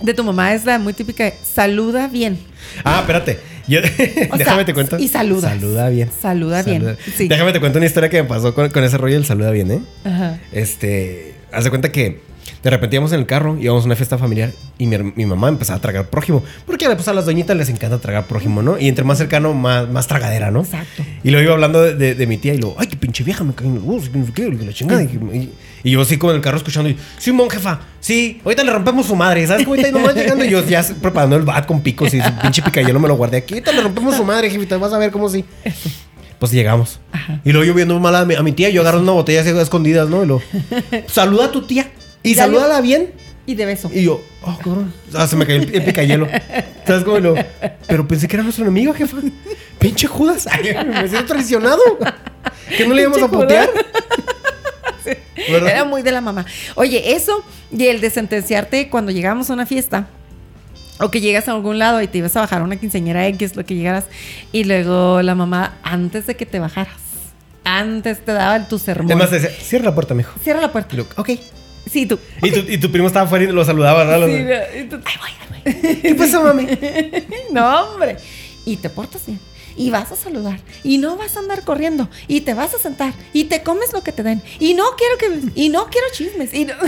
Speaker 2: de tu mamá, es la muy típica. de Saluda bien.
Speaker 1: Ah, espérate. Yo-
Speaker 2: O
Speaker 1: déjame
Speaker 2: sea,
Speaker 1: te cuento.
Speaker 2: Y saluda.
Speaker 1: Saluda bien.
Speaker 2: Saluda bien. Sí.
Speaker 1: Déjame te cuento una historia que me pasó con, con ese rollo del saluda bien, ¿eh?
Speaker 2: Ajá.
Speaker 1: Este, haz de cuenta que de repente íbamos en el carro, íbamos a una fiesta familiar y mi, her- mi mamá empezaba a tragar prójimo. Porque pues, a las doñitas les encanta tragar prójimo, ¿no? Y entre más cercano, más, más tragadera, ¿no?
Speaker 2: Exacto.
Speaker 1: Y lo iba hablando de, de- de mi tía y lo, ay, qué pinche vieja, me cae en el bus, que no sé qué, que la chingada. Y, y yo así como en el carro escuchando, y, sí, mon, jefa, sí, ahorita le rompemos su madre, ¿sabes? Como ahorita nomás llegando y yo ya preparando el bat con picos y ese pinche picayelo me lo guardé aquí, ahorita le rompemos su madre, jefita, vas a ver cómo sí. Pues llegamos. Y luego yo viendo mal a mi, a mi tía, yo agarro una botella así a escondidas, ¿no? Y lo, saluda a tu tía y
Speaker 2: Ya lo-
Speaker 1: salúdala bien.
Speaker 2: Y de beso.
Speaker 1: Y yo, oh, cabrón. Ah, se me cayó el, el picayelo. ¿Sabes cómo lo? Pero pensé que era nuestro enemigo, jefa. Pinche Judas. Ay, me siento traicionado. Que no le íbamos a
Speaker 2: Pinche
Speaker 1: putear. ¿Verdad?
Speaker 2: Era muy de la mamá. Oye, eso y el de sentenciarte cuando llegamos a una fiesta. O que llegas a algún lado y te ibas a bajar a una quinceañera X, lo que llegaras. Y luego la mamá, antes de que te bajaras, antes te daba tu sermón.
Speaker 1: Es más, decía, cierra la puerta, mijo.
Speaker 2: Cierra la puerta.
Speaker 1: Y lo, ok.
Speaker 2: Sí, tú.
Speaker 1: Y tu, y tu primo estaba afuera y lo saludaba, ¿verdad?
Speaker 2: Sí, no, y tú, "Ay, voy, ay, voy".
Speaker 1: ¿Qué pasó, mami?
Speaker 2: No, hombre. Y te portas bien. Y vas a saludar. Y no vas a andar corriendo. Y te vas a sentar. Y te comes lo que te den. Y no quiero que. Y no quiero chismes. Y no-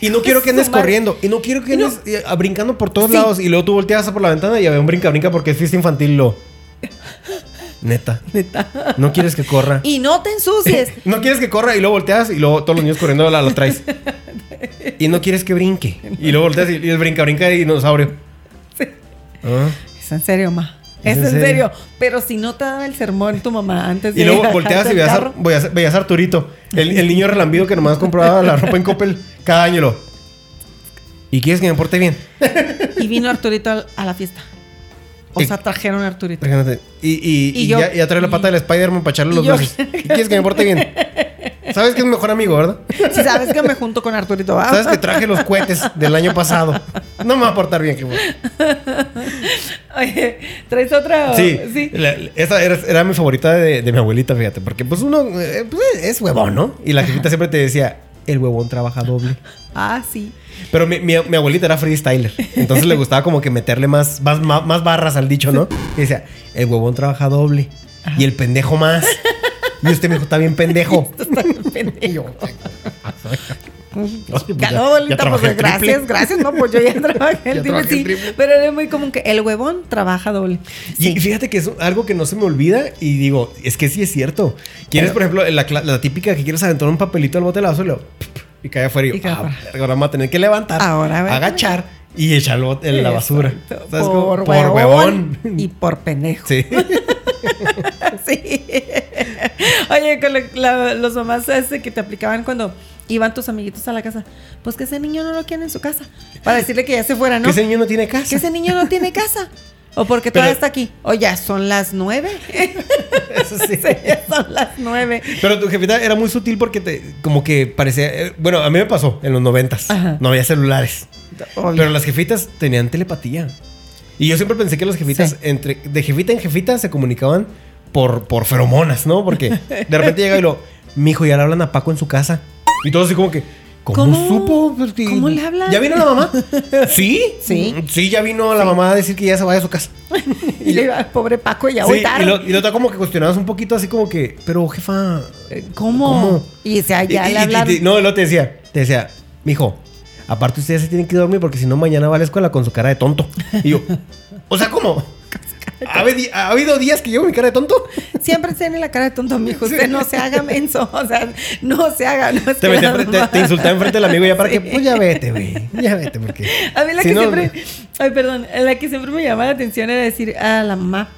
Speaker 1: Y no quiero que andes
Speaker 2: Su madre.
Speaker 1: corriendo. Y no quiero que
Speaker 2: Y no-
Speaker 1: andes eh, brincando por todos
Speaker 2: Sí.
Speaker 1: lados. Y luego tú volteabas por la ventana y había un brinca-brinca porque es fiesta infantil. Lo. Neta. Neta. No quieres que corra.
Speaker 2: Y no te ensucies.
Speaker 1: No quieres que corra y luego volteas y luego todos los niños corriendo la, la traes. Y no quieres que brinque. Y luego volteas y, y el brinca, brinca y dinosaurio. Ah.
Speaker 2: Es en serio, ma.
Speaker 1: Es
Speaker 2: Es,
Speaker 1: en
Speaker 2: en
Speaker 1: serio.
Speaker 2: serio. Pero si no te daba el sermón tu mamá antes de
Speaker 1: Y luego
Speaker 2: bajarte
Speaker 1: volteas y
Speaker 2: del
Speaker 1: veías a,
Speaker 2: carro.
Speaker 1: veías a- veías a Arturito, el, el niño relambido que nomás compraba la ropa en Coppel cada año. y Lo. ¿Y quieres que me porte bien?
Speaker 2: Y vino Arturito al- a la fiesta. O
Speaker 1: Y-
Speaker 2: sea, trajeron a Arturito.
Speaker 1: Imagínate. Y, y,
Speaker 2: Y
Speaker 1: y
Speaker 2: yo-
Speaker 1: ya, ya trae la pata del Spider-Man para echarle
Speaker 2: y
Speaker 1: los
Speaker 2: yo-
Speaker 1: besos. ¿Y quieres que me porte bien? Sabes que es mi mejor amigo, ¿verdad?
Speaker 2: Si sabes que me junto con Arturito, ¿va?
Speaker 1: Sabes que traje los cohetes del año pasado. No me va a portar bien, que
Speaker 2: Oye, ¿traes otra?
Speaker 1: Sí, la- la- esa era, era mi favorita de, de mi abuelita, fíjate, porque pues uno eh, pues, es huevón, ¿no? Y la jefita siempre te decía, el huevón trabaja doble.
Speaker 2: Ah, sí.
Speaker 1: Pero mi, mi- mi abuelita era freestyler, entonces le gustaba como que meterle más, más, más, más barras al dicho, ¿no? Y decía, el huevón trabaja doble y el pendejo más. Y usted me dijo, Este está bien pendejo. Y yo, "Ay, pues,
Speaker 2: Ya,
Speaker 1: ya-
Speaker 2: no,
Speaker 1: ya
Speaker 2: bolita, pues
Speaker 1: trabajé el triple".
Speaker 2: gracias, gracias. No, pues yo ya trabajé
Speaker 1: Ya
Speaker 2: el triple,
Speaker 1: trabajé el
Speaker 2: sí.
Speaker 1: triple.
Speaker 2: Pero era muy común que el huevón trabaja doble.
Speaker 1: Y fíjate que es algo que no se me olvida y digo, es que sí es cierto. Quieres, por ejemplo, la, cla- la típica que quieres aventar un papelito al bote de la basura y, luego, pf, pf, y cae afuera y, yo,
Speaker 2: Y cae
Speaker 1: "Ah,
Speaker 2: afuera.
Speaker 1: verga, ahora vamos a tener que levantar,
Speaker 2: Ahora voy a
Speaker 1: agachar y echarlo en la basura.
Speaker 2: Exacto.
Speaker 1: ¿Sabes
Speaker 2: Por,
Speaker 1: cómo?
Speaker 2: huevón, Y por pendejo.
Speaker 1: Sí.
Speaker 2: Sí. Oye, con lo- la- los mamás este, que te aplicaban cuando Y van tus amiguitos a la casa. Pues que ese niño no lo quieren en su casa. Para decirle que ya se fuera, ¿no?
Speaker 1: Que ese niño no tiene
Speaker 2: que
Speaker 1: casa.
Speaker 2: ese niño no tiene casa. O porque todavía está aquí. O ya son las nueve.
Speaker 1: Eso sí.
Speaker 2: ya son las nueve.
Speaker 1: Pero tu jefita era muy sutil porque te, como que parecía. eh, Bueno, a mí me pasó en los noventas.
Speaker 2: Ajá.
Speaker 1: No había celulares.
Speaker 2: Obvio.
Speaker 1: Pero las jefitas tenían telepatía. Y yo siempre pensé que las jefitas,
Speaker 2: Sí.
Speaker 1: entre, de jefita en jefita, se comunicaban por, por feromonas, ¿no? Porque de repente llega y lo. Mi hijo, ya le hablan a Paco en su casa. Y todos así como que. ¿Cómo,
Speaker 2: ¿Cómo?
Speaker 1: supo? Pues que-
Speaker 2: ¿Cómo le hablan?
Speaker 1: ¿Ya vino la mamá? ¿Sí?
Speaker 2: Sí.
Speaker 1: Sí, ya vino la mamá a decir que ya se vaya a su casa.
Speaker 2: Y le iba, pobre Paco, ya
Speaker 1: Sí,
Speaker 2: voy
Speaker 1: y
Speaker 2: tarde.
Speaker 1: lo, y lo está como que cuestionabas un poquito así como que, pero jefa,
Speaker 2: Eh, ¿Cómo?
Speaker 1: ¿Cómo?
Speaker 2: Y o sea, ya
Speaker 1: Y- y-
Speaker 2: le
Speaker 1: y-
Speaker 2: hablaron.
Speaker 1: y- no, el otro te decía, te decía, mijo, aparte ustedes se tienen que ir a dormir porque si no mañana va a la escuela con su cara de tonto. Y yo, o sea, ¿cómo? ¿Ha, habi- ha habido días que llevo mi cara de tonto?
Speaker 2: Siempre tiene la cara de tonto, mijo. Usted no se haga menso. O sea, no se haga. No es
Speaker 1: Te,
Speaker 2: que
Speaker 1: metí
Speaker 2: la
Speaker 1: enfre- te,
Speaker 2: mamá-
Speaker 1: te insultaba enfrente del amigo ya para que,
Speaker 2: Sí.
Speaker 1: pues ya vete, güey, ya vete porque...
Speaker 2: A mí la
Speaker 1: si
Speaker 2: que
Speaker 1: no-
Speaker 2: siempre. Ay, perdón. La que siempre me llamaba la atención era decir a la mamá.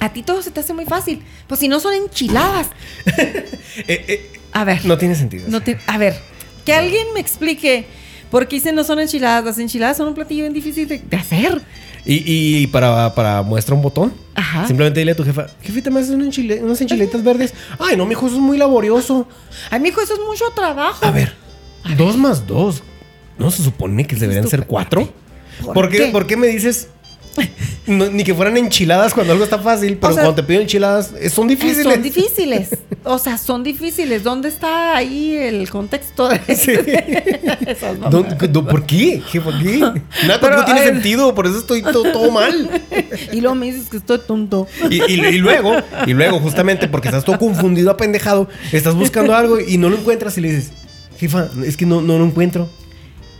Speaker 2: A ti todo se te hace muy fácil. Pues si no son enchiladas.
Speaker 1: Eh, eh,
Speaker 2: A ver.
Speaker 1: no tiene sentido.
Speaker 2: No te- a ver, que alguien me explique por qué dicen no son enchiladas. Las enchiladas son un platillo bien difícil de, de hacer.
Speaker 1: Y, y para, para muestra un botón.
Speaker 2: Ajá.
Speaker 1: Simplemente dile a tu jefa, jefita, ¿me haces una enchile- unas enchiletas verdes? Ay, no, mijo, eso es muy laborioso.
Speaker 2: Ay, mijo, eso es mucho trabajo.
Speaker 1: A ver, dos más dos. ¿No se supone que deberían ser cuatro?
Speaker 2: ¿Por
Speaker 1: ¿Por, qué?
Speaker 2: qué?
Speaker 1: ¿Por qué me dices no, ni que fueran enchiladas cuando algo está fácil? Pero
Speaker 2: sea,
Speaker 1: cuando te pido enchiladas, eh, son
Speaker 2: Eh,
Speaker 1: difíciles.
Speaker 2: Son difíciles. O sea, son difíciles. ¿Dónde está ahí el contexto de
Speaker 1: Sí.
Speaker 2: esas
Speaker 1: No,
Speaker 2: mamadas?
Speaker 1: no, ¿Por qué? ¿Qué, ¿Por qué? Nada,
Speaker 2: Pero,
Speaker 1: no
Speaker 2: a
Speaker 1: tiene
Speaker 2: ver.
Speaker 1: sentido, por eso estoy to- todo, mal.
Speaker 2: Y luego me dices que estoy tonto.
Speaker 1: Y, y- y luego, y luego, justamente porque estás todo confundido, apendejado, estás buscando algo y no lo encuentras y le dices, jefa, es que no, no lo encuentro.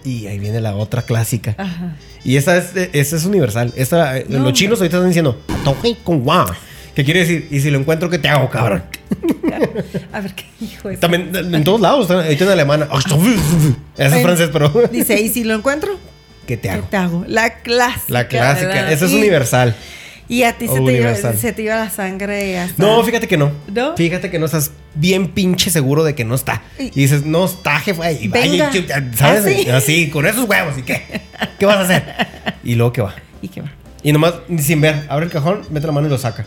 Speaker 1: Y ahí viene la otra clásica.
Speaker 2: Ajá.
Speaker 1: Y esa es, esa es universal. Esta, eh,
Speaker 2: No,
Speaker 1: los chinos ahorita están diciendo, "Toque con guau". ¿Qué quiere decir? Y si lo encuentro, ¿qué te hago, cabrón?
Speaker 2: A ver qué dijo eso.
Speaker 1: También en en todos lados, están- ahorita en alemán. Eso es
Speaker 2: En-
Speaker 1: francés, pero.
Speaker 2: Dice, ¿y si lo encuentro?
Speaker 1: ¿Qué te
Speaker 2: ¿Qué
Speaker 1: hago?
Speaker 2: te hago? La clásica.
Speaker 1: La clásica.
Speaker 2: ¿verdad?
Speaker 1: Eso es
Speaker 2: Y-
Speaker 1: universal.
Speaker 2: Y a ti se te, iba,
Speaker 1: Universal.
Speaker 2: se te iba la sangre hasta...
Speaker 1: No, fíjate que no.
Speaker 2: ¿No?
Speaker 1: Fíjate que no estás bien pinche seguro de que no está. Y dices, no está, jefe. Y
Speaker 2: Venga.
Speaker 1: vaya, chuta, ¿sabes?
Speaker 2: ¿Ah, sí?
Speaker 1: Así, con esos huevos. ¿Y qué? ¿Qué vas a hacer? Y luego, ¿qué va?
Speaker 2: ¿Y qué va?
Speaker 1: Y nomás, sin ver, abre el cajón, mete la mano y lo saca.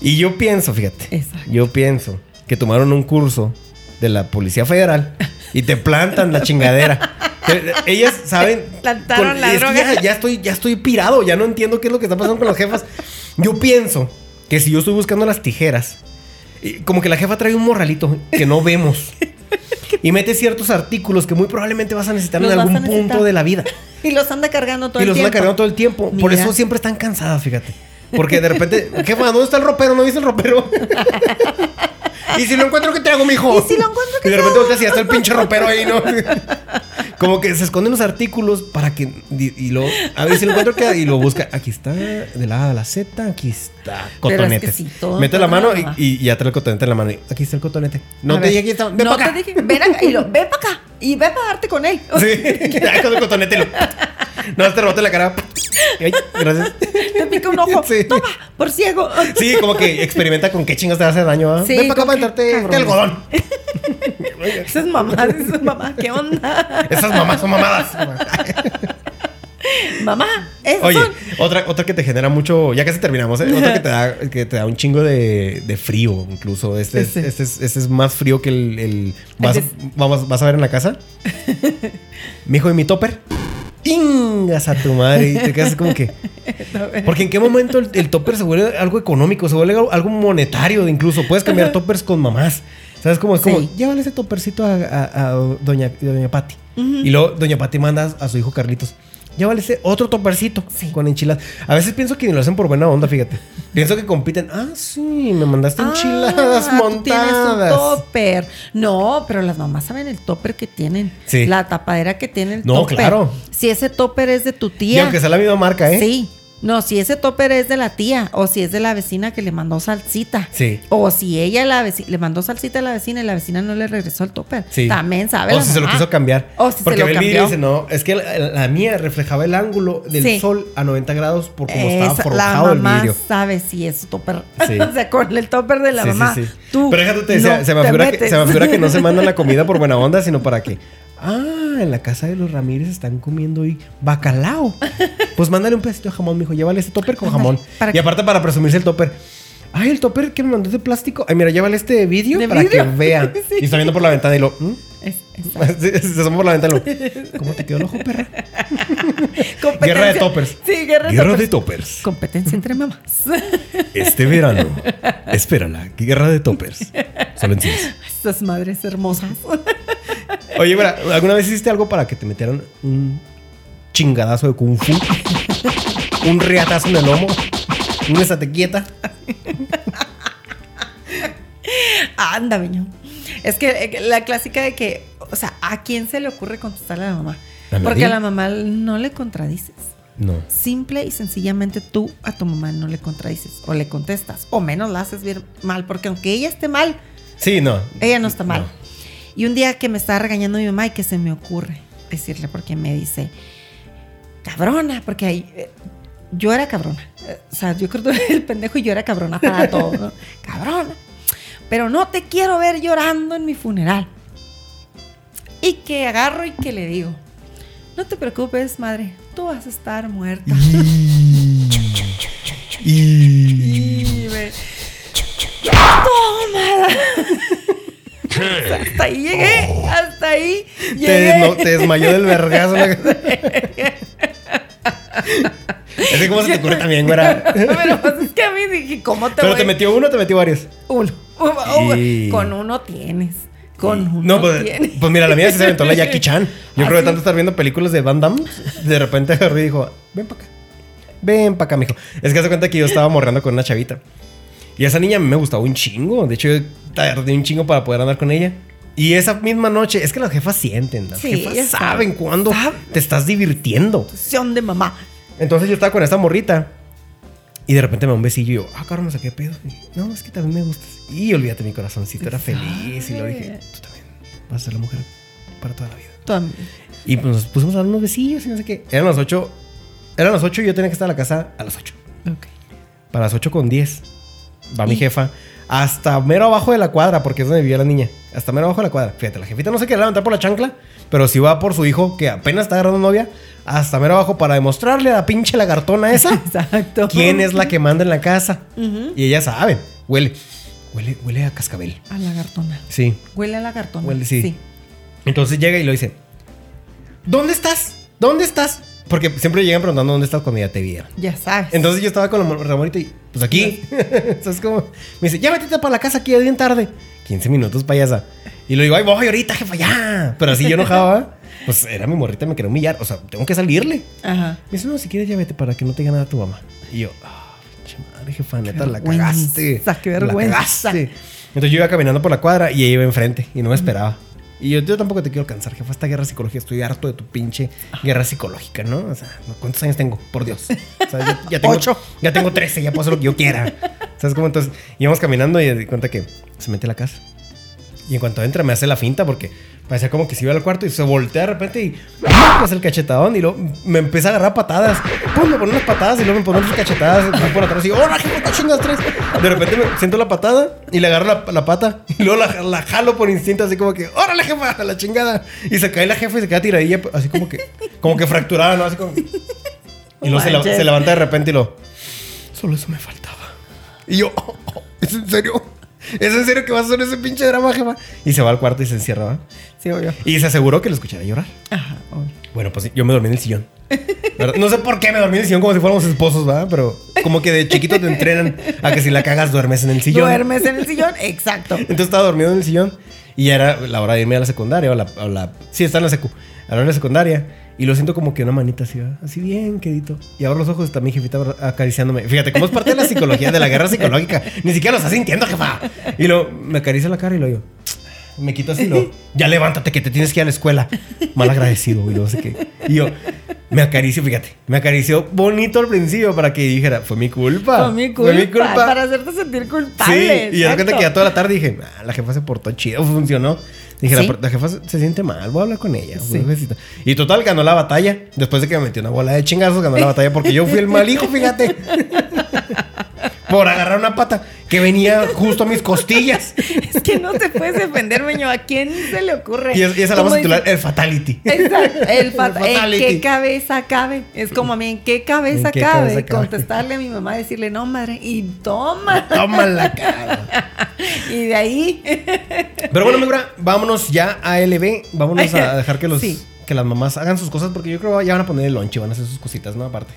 Speaker 1: Y yo pienso, fíjate.
Speaker 2: Exacto.
Speaker 1: Yo pienso que tomaron un curso de la Policía Federal y te plantan la chingadera. Te- Ellas saben.
Speaker 2: plantaron la
Speaker 1: es que
Speaker 2: droga.
Speaker 1: Ya, ya estoy, ya estoy pirado, ya no entiendo qué es lo que está pasando con las jefas. Yo pienso que si yo estoy buscando las tijeras, y como que la jefa trae un morralito que no vemos. Y mete ciertos artículos que muy probablemente vas a necesitar
Speaker 2: Los
Speaker 1: en
Speaker 2: vas a
Speaker 1: algún
Speaker 2: necesitar.
Speaker 1: punto de la vida
Speaker 2: Y los anda cargando todo
Speaker 1: y
Speaker 2: el
Speaker 1: los
Speaker 2: tiempo.
Speaker 1: anda cargando todo el tiempo. Por
Speaker 2: Mira.
Speaker 1: eso siempre están cansadas, fíjate. Porque de repente, jefa, ¿dónde está el ropero? ¿No viste el ropero? y si lo encuentro, ¿qué te hago, mijo?
Speaker 2: Y si lo encuentro, ¿qué
Speaker 1: Y de
Speaker 2: te
Speaker 1: repente volteas y ya está el pinche ropero ahí, ¿no? Como que se esconden los artículos para que. Y, y luego, a ver si lo encuentro, ¿qué? Y lo busca. Aquí está, de la A a la Z, aquí está.
Speaker 2: Pero es que
Speaker 1: Cotonetes.
Speaker 2: sí, todo
Speaker 1: Mete la mano
Speaker 2: encuentra la
Speaker 1: y, y ya trae el cotonete en la mano. Y, aquí está el cotonete. No
Speaker 2: A
Speaker 1: te
Speaker 2: ver,
Speaker 1: dije aquí está. Ven
Speaker 2: no
Speaker 1: para acá.
Speaker 2: te dije, ven acá. Y lo, ven para acá. Y ve para darte con él.
Speaker 1: Sí, ya con el cotonete lo. No, te rebote la cara. Ay, gracias.
Speaker 2: Te pica un ojo.
Speaker 1: Sí.
Speaker 2: Toma, por ciego.
Speaker 1: Sí, como que experimenta con qué chingas te hace daño. ¿ah?
Speaker 2: Sí,
Speaker 1: Ven para acá
Speaker 2: con
Speaker 1: para
Speaker 2: qué
Speaker 1: entrarte
Speaker 2: cabrones.
Speaker 1: este algodón.
Speaker 2: Esas mamás, esas mamás, ¿qué onda?
Speaker 1: Esas mamás son mamadas.
Speaker 2: Mamá, esas
Speaker 1: Oye,
Speaker 2: son.
Speaker 1: otra, otra que te genera mucho, ya casi terminamos, ¿eh? otra que te da, que te da un chingo de, de frío, incluso. Este es,
Speaker 2: Ese.
Speaker 1: este es, este es más frío que el. el- vas,
Speaker 2: Ese
Speaker 1: vamos, vas a ver en la casa. Mi hijo y mi topper. Ingas a tu madre. Y te quedas como que. Porque en qué momento el, el topper se vuelve algo económico, se vuelve algo, algo monetario, incluso puedes cambiar toppers con mamás. ¿Sabes cómo es como?
Speaker 2: Sí.
Speaker 1: Llévale ese toppercito a, a- a doña, doña Patti. Y luego doña Patti manda a su hijo Carlitos. Llévale ese otro toppercito con enchiladas. A veces pienso que ni lo hacen por buena onda, fíjate. Pienso que compiten. Ah, sí, me mandaste enchiladas
Speaker 2: Ah, tú Tienes un
Speaker 1: montadas.
Speaker 2: topper. No, pero las mamás saben el topper que tienen.
Speaker 1: Sí.
Speaker 2: La tapadera que tiene el
Speaker 1: No,
Speaker 2: topper.
Speaker 1: claro.
Speaker 2: Si ese topper es de tu
Speaker 1: y
Speaker 2: tía.
Speaker 1: aunque sea la misma marca, ¿eh?
Speaker 2: Sí. No, si ese topper es de la tía, o si es de la vecina que le mandó salsita.
Speaker 1: Sí.
Speaker 2: O si ella la veci- le mandó salsita a la vecina y la vecina no le regresó el topper.
Speaker 1: Sí.
Speaker 2: También sabe
Speaker 1: O
Speaker 2: la
Speaker 1: si se lo
Speaker 2: mamá.
Speaker 1: quiso cambiar.
Speaker 2: O si se
Speaker 1: Porque
Speaker 2: lo
Speaker 1: ve el vidrio y
Speaker 2: cambió.
Speaker 1: dice, no, es que la, la mía reflejaba el ángulo del
Speaker 2: Sí.
Speaker 1: sol a 90 grados por como estaba
Speaker 2: Esa-
Speaker 1: forjado
Speaker 2: la
Speaker 1: el
Speaker 2: mamá
Speaker 1: vidrio.
Speaker 2: sabe si es su topper.
Speaker 1: Sí.
Speaker 2: o sea, con el topper de la
Speaker 1: Sí, sí,
Speaker 2: mamá.
Speaker 1: sí.
Speaker 2: Tú
Speaker 1: Pero déjate, te decía,
Speaker 2: no
Speaker 1: se, me
Speaker 2: te
Speaker 1: figura que,
Speaker 2: metes.
Speaker 1: se me figura que no se mandan la comida por buena onda, sino para que. Ah, en la casa de los Ramírez están comiendo hoy bacalao. Pues mándale un pedacito de jamón, mijo. Llévale este topper con jamón.
Speaker 2: para
Speaker 1: y
Speaker 2: que-
Speaker 1: aparte, para presumirse el topper. Ay, el topper que me mandó de plástico. Ay, mira, llévale este de vidrio
Speaker 2: ¿De
Speaker 1: para que
Speaker 2: vidrio?
Speaker 1: vea.
Speaker 2: Sí.
Speaker 1: Y está viendo por la ventana y lo. "¿Mm?".
Speaker 2: Es- es-
Speaker 1: Sí, Se asoma por la ventana y lo. ¿Cómo te quedó el ojo, perra? Guerra de
Speaker 2: competencia-
Speaker 1: toppers.
Speaker 2: Sí, guerra de
Speaker 4: Guerra
Speaker 2: toppers.
Speaker 4: de toppers.
Speaker 2: Competencia entre mamás.
Speaker 4: Este verano. Espérala. Guerra de toppers. Solo en cines.
Speaker 2: Estas madres hermosas.
Speaker 1: Oye, mira, ¿alguna vez hiciste algo para que te metieran un chingadazo de kung fu? ¿Un riatazo en el lomo? ¿Una estate quieta?
Speaker 2: Anda, viño. Es que eh, la clásica de que, o sea, ¿a quién se le ocurre contestarle a la mamá?
Speaker 1: ¿A nadie?
Speaker 2: Porque a la mamá no le contradices.
Speaker 1: No.
Speaker 2: Simple y sencillamente tú a tu mamá no le contradices o le contestas o menos la haces bien mal porque aunque ella esté mal,
Speaker 1: Sí, no.
Speaker 2: ella no está mal.
Speaker 1: No.
Speaker 2: Y un día que me estaba regañando mi mamá y que se me ocurre decirle porque me dice, cabrona, porque ahí, eh, yo era cabrona. Eh, O sea, yo creo que el pendejo y yo era cabrona para todo, ¿no? Cabrona. Pero no te quiero ver llorando en mi funeral. Y que agarro y que le digo, no te preocupes, madre, tú vas a estar muerta. Y me- ¡Toma! hasta ahí llegué, hasta ahí
Speaker 1: Oh. Te,
Speaker 2: llegué.
Speaker 1: desma- te desmayó del vergazo. la- Es que cómo se te ocurre también, güera.
Speaker 2: Pero pues, es que a mí dije, ¿cómo te
Speaker 1: Pero
Speaker 2: voy?
Speaker 1: te metió uno o te metió varios.
Speaker 2: Uno. Uno.
Speaker 1: Y-
Speaker 2: Con uno tienes. Con uno
Speaker 1: No, pues,
Speaker 2: tienes.
Speaker 1: pues mira, la mía sí se aventó la Jackie Chan. Yo
Speaker 2: Ah,
Speaker 1: creo que
Speaker 2: sí.
Speaker 1: tanto estar viendo películas de Van Damme, de repente agarró y dijo, ven para acá. Ven para acá, mijo. Es que hace cuenta que yo estaba morreando con una chavita. Y esa niña a mí me gustaba un chingo. De hecho, yo tardé un chingo para poder andar con ella. Y esa misma noche, es que las jefas sienten, las
Speaker 2: Sí,
Speaker 1: jefas
Speaker 2: ellas
Speaker 1: saben
Speaker 2: saben.
Speaker 1: cuándo
Speaker 2: Saben.
Speaker 1: te estás divirtiendo.
Speaker 2: Opción de mamá.
Speaker 1: Entonces yo estaba con esta morrita. Y de repente me da un besillo y yo, ah, cabrón, me saqué de pedo. Y, no, es que también me gustas. Y olvídate, mi corazoncito era feliz. Y lo dije, tú también vas a ser la mujer para toda la vida.
Speaker 2: Tú a mí.
Speaker 1: Y pues nos pusimos a dar unos besillos y no sé qué. Eran las 8. Eran las 8 y yo tenía que estar en la casa a las 8.
Speaker 2: Ok.
Speaker 1: Para las 8 con 10. Va mi jefa. Hasta mero abajo de la cuadra, porque es donde vivía la niña. Hasta mero abajo de la cuadra. Fíjate, la jefita no se quería levantar por la chancla, pero si va por su hijo, que apenas está agarrando novia, hasta mero abajo para demostrarle a la pinche lagartona esa
Speaker 2: Exacto.
Speaker 1: quién es la que manda en la casa.
Speaker 2: Ujú.
Speaker 1: Y ella sabe. Huele. Huele, huele a cascabel.
Speaker 2: A lagartona.
Speaker 1: Sí.
Speaker 2: Huele a lagartona.
Speaker 1: Huele, sí. Entonces llega y lo dice: ¿Dónde estás? ¿Dónde estás? Porque siempre llegan preguntando dónde estás cuando ya te vieron.
Speaker 2: Ya sabes.
Speaker 1: Entonces yo estaba con la mo- Ramonita y, pues aquí. ¿Sabes cómo? Me dice: Ya métete para la casa aquí, es bien tarde. 15 minutos, payasa. Y le digo: Ay, voy ahorita, jefa, ya. Pero así yo enojaba. Pues era mi morrita, me quería humillar. O sea, tengo que salirle.
Speaker 2: Ajá.
Speaker 1: Me dice, no, si quieres ya vete para que no te diga nada tu mamá. Y yo, ah, pinche madre, jefa, neta, la
Speaker 2: vergüenza,
Speaker 1: cagaste.
Speaker 2: qué
Speaker 1: La
Speaker 2: vergüenza.
Speaker 1: cagaste. Entonces yo iba caminando por la cuadra y ella iba enfrente y no me esperaba. Y yo, yo tampoco te quiero alcanzar, jefa, esta guerra psicológica, estoy harto de tu pinche guerra psicológica, ¿no? O sea, ¿cuántos años tengo? Por Dios. O sea, ya, ya tengo,
Speaker 2: Ocho.
Speaker 1: Ya tengo 13, ya puedo hacer lo que yo quiera. ¿Sabes cómo? Entonces íbamos caminando y di cuenta que se mete a la casa. Y en cuanto entra me hace la finta porque parecía como que se iba al cuarto y se voltea de repente y pues el cachetadón y luego me empieza a agarrar patadas. Pum, me pone unas patadas y luego me pone otras cachetadas me por atrás y ¡Hola, qué te chingas tres! De repente me siento la patada y le agarro la, la pata y luego la, la jalo por instinto así como que ¡Órale, jefa! a la chingada! Y se cae la jefa y se queda tiradilla así como que como que fracturada, ¿no? Así como... Y luego se, la-
Speaker 2: Manches.
Speaker 1: se levanta de repente y lo... Solo eso me faltaba. Y yo, oh, oh, ¿es en serio? ¿Es en serio que vas a hacer ese pinche drama, jefa? Y se va al cuarto y se encierra, ¿va?
Speaker 2: Sí, obvio.
Speaker 1: Y se aseguró que lo escuchara llorar.
Speaker 2: Ajá, obvio.
Speaker 1: Bueno, pues yo me dormí en el sillón. ¿Verdad? No sé por qué me dormí en el sillón como si fuéramos esposos, ¿va? Pero como que de chiquito te entrenan a que si la cagas duermes en el sillón.
Speaker 2: Duermes en el sillón. Exacto.
Speaker 1: Entonces estaba dormido en el sillón y ya era la hora de irme a la secundaria o la... o la- sí, está en la secu. A la hora de la secundaria. Y lo siento como que una manita así, ¿verdad? así bien quedito. Y abro los ojos y está mi jefita abra- acariciándome. Fíjate, como es parte de la psicología, de la guerra psicológica. Ni siquiera lo está sintiendo, jefa. Y lo me acaricia la cara y lo yo. Me quito así y lo. Ya levántate que te tienes que ir a la escuela. Mal agradecido, y no sé qué. Y yo, Me acarició, fíjate, me acarició bonito al principio para que dijera, fue mi culpa.
Speaker 2: Fue mi culpa. Para hacerte sentir culpable.
Speaker 1: Sí, y de
Speaker 2: exacto.
Speaker 1: repente que ya toda la tarde dije, "Ah, la jefa se portó chido, funcionó. Dije,
Speaker 2: Sí.
Speaker 1: la, por- la jefa se se siente mal, voy a hablar con ella.
Speaker 2: Sí.
Speaker 1: pobrecita". Y total, ganó la batalla. Después de que me metió una bola de chingazos, ganó la batalla porque yo fui el mal hijo, fíjate. Por agarrar una pata que venía justo a mis costillas.
Speaker 2: Es que no te puedes defender, meño. ¿A quién se le ocurre?
Speaker 1: Y, es- y esa la vamos a
Speaker 2: Como
Speaker 1: titular el Fatality.
Speaker 2: Exacto, el fat-
Speaker 1: El
Speaker 2: ¿En
Speaker 1: fatality.
Speaker 2: qué cabeza cabe? Es como a mí, ¿en qué cabeza
Speaker 1: ¿En qué
Speaker 2: cabe?
Speaker 1: cabeza cabe?
Speaker 2: Contestarle a mi mamá, decirle, no, madre, y toma.
Speaker 1: Toma la cara.
Speaker 2: Y de ahí.
Speaker 1: Pero bueno, mi bra, vámonos ya a LB. Vámonos a dejar que los.
Speaker 2: Sí.
Speaker 1: Que las mamás hagan sus cosas porque yo creo que ya van a poner el lunch y van a hacer sus cositas, ¿no? Aparte.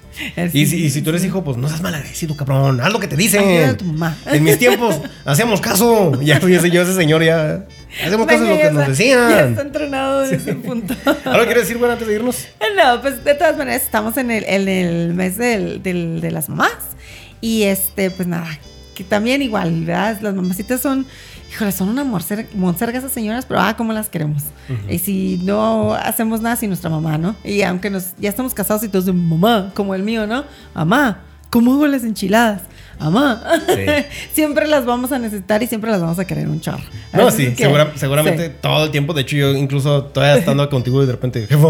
Speaker 1: Y si, y si tú eres hijo, pues no seas malagradecido, cabrón. Haz lo que te
Speaker 2: Ayuda a
Speaker 1: dicen.
Speaker 2: tu mamá.
Speaker 1: En mis tiempos, hacíamos caso. Ya yo ese, yo ese señor ya. Hacemos caso de lo
Speaker 2: Meño,
Speaker 1: que
Speaker 2: ya
Speaker 1: nos
Speaker 2: está- Ya está
Speaker 1: decían.
Speaker 2: entrenado desde ese punto.
Speaker 1: Ahora quiero decir, bueno, antes de irnos.
Speaker 2: No, pues de todas maneras estamos en el, en el mes del, del- de las mamás. Y este, pues nada, que también igual, ¿verdad? Las mamacitas son, híjole, son una morcer- monserga esas señoras, pero ah, cómo las queremos. Y si no hacemos nada sin nuestra mamá, ¿no? Y aunque nos, ya estamos casados y todos de mamá, como el mío, ¿no? Mamá, ¿cómo hago las enchiladas? Mamá,
Speaker 1: Sí.
Speaker 2: siempre las vamos a necesitar y siempre las vamos a querer un chorro.
Speaker 1: No,
Speaker 2: Así
Speaker 1: sí,
Speaker 2: Ah, es que-
Speaker 1: segura-
Speaker 2: sí.
Speaker 1: seguramente todo el tiempo. De hecho, yo incluso todavía estando contigo y de repente, jefa,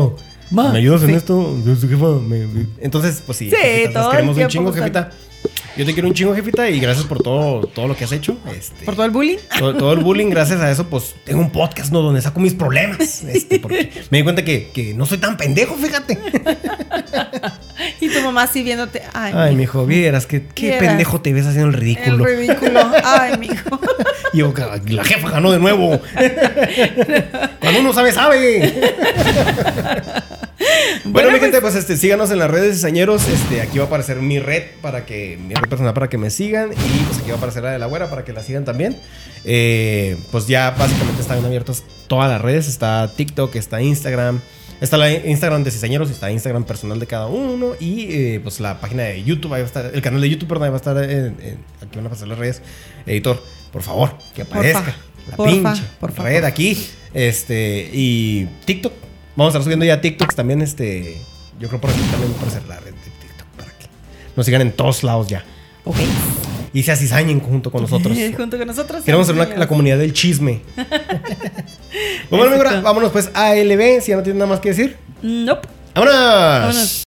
Speaker 2: Ma,
Speaker 1: ¿me ayudas
Speaker 2: sí.
Speaker 1: en esto? Yo soy jefa, me- me-". Entonces, pues sí,
Speaker 2: Sí,
Speaker 1: jefitas,
Speaker 2: todo
Speaker 1: las
Speaker 2: el
Speaker 1: queremos un
Speaker 2: tiempo
Speaker 1: chingo,
Speaker 2: buscando.
Speaker 1: jefita. Yo te quiero un chingo, jefita, y gracias por todo, todo lo que has hecho. Este,
Speaker 2: Por todo el bullying.
Speaker 1: todo, todo el bullying, gracias a eso, pues tengo un podcast ¿no? donde saco mis problemas. Este, porque me di cuenta que, que no soy tan pendejo, fíjate.
Speaker 2: Y tu mamá así viéndote. Ay,
Speaker 1: Ay,
Speaker 2: mi
Speaker 1: mijo, vieras que qué
Speaker 2: Vieras. Eh,
Speaker 1: pendejo te ves haciendo el
Speaker 2: El
Speaker 1: ridículo.
Speaker 2: ridículo. Ay, mijo.
Speaker 1: Y yo, "Ah, la jefa ganó de nuevo. Cuando uno sabe, sabe. Bueno, mi gente, pues este, síganos en las redes cizañeros. Este, aquí va a aparecer mi red para que, mi red personal para que me sigan. Y pues aquí va a aparecer la de la güera para que la sigan también. Eh, pues ya básicamente están abiertas todas las redes. Está TikTok, está Instagram. Está la Instagram de Cizañeros, está Instagram personal de cada uno y eh, pues la página de YouTube, ahí va a estar, el canal de YouTube, perdón, ahí va a estar, en- en- aquí van a pasar las redes. Editor, por favor, que aparezca.
Speaker 2: Porfa,
Speaker 1: la
Speaker 2: porfa,
Speaker 1: pinche
Speaker 2: porfa,
Speaker 1: red
Speaker 2: porfa.
Speaker 1: aquí. Este, y TikTok. Vamos a estar subiendo ya TikToks también, este, yo creo por aquí también va a aparecer la red de TikTok para que nos sigan en todos lados ya.
Speaker 2: Ok.
Speaker 1: Y se acizañen junto con nosotros.
Speaker 2: Junto con nosotros.
Speaker 1: Queremos ser una-
Speaker 2: señor.
Speaker 1: la comunidad del chisme. pues, bueno, amigo, ahora vámonos pues a LB, si ya no tienen nada más que decir.
Speaker 2: Nope.
Speaker 1: ¡Vámonos!
Speaker 2: Vámonos.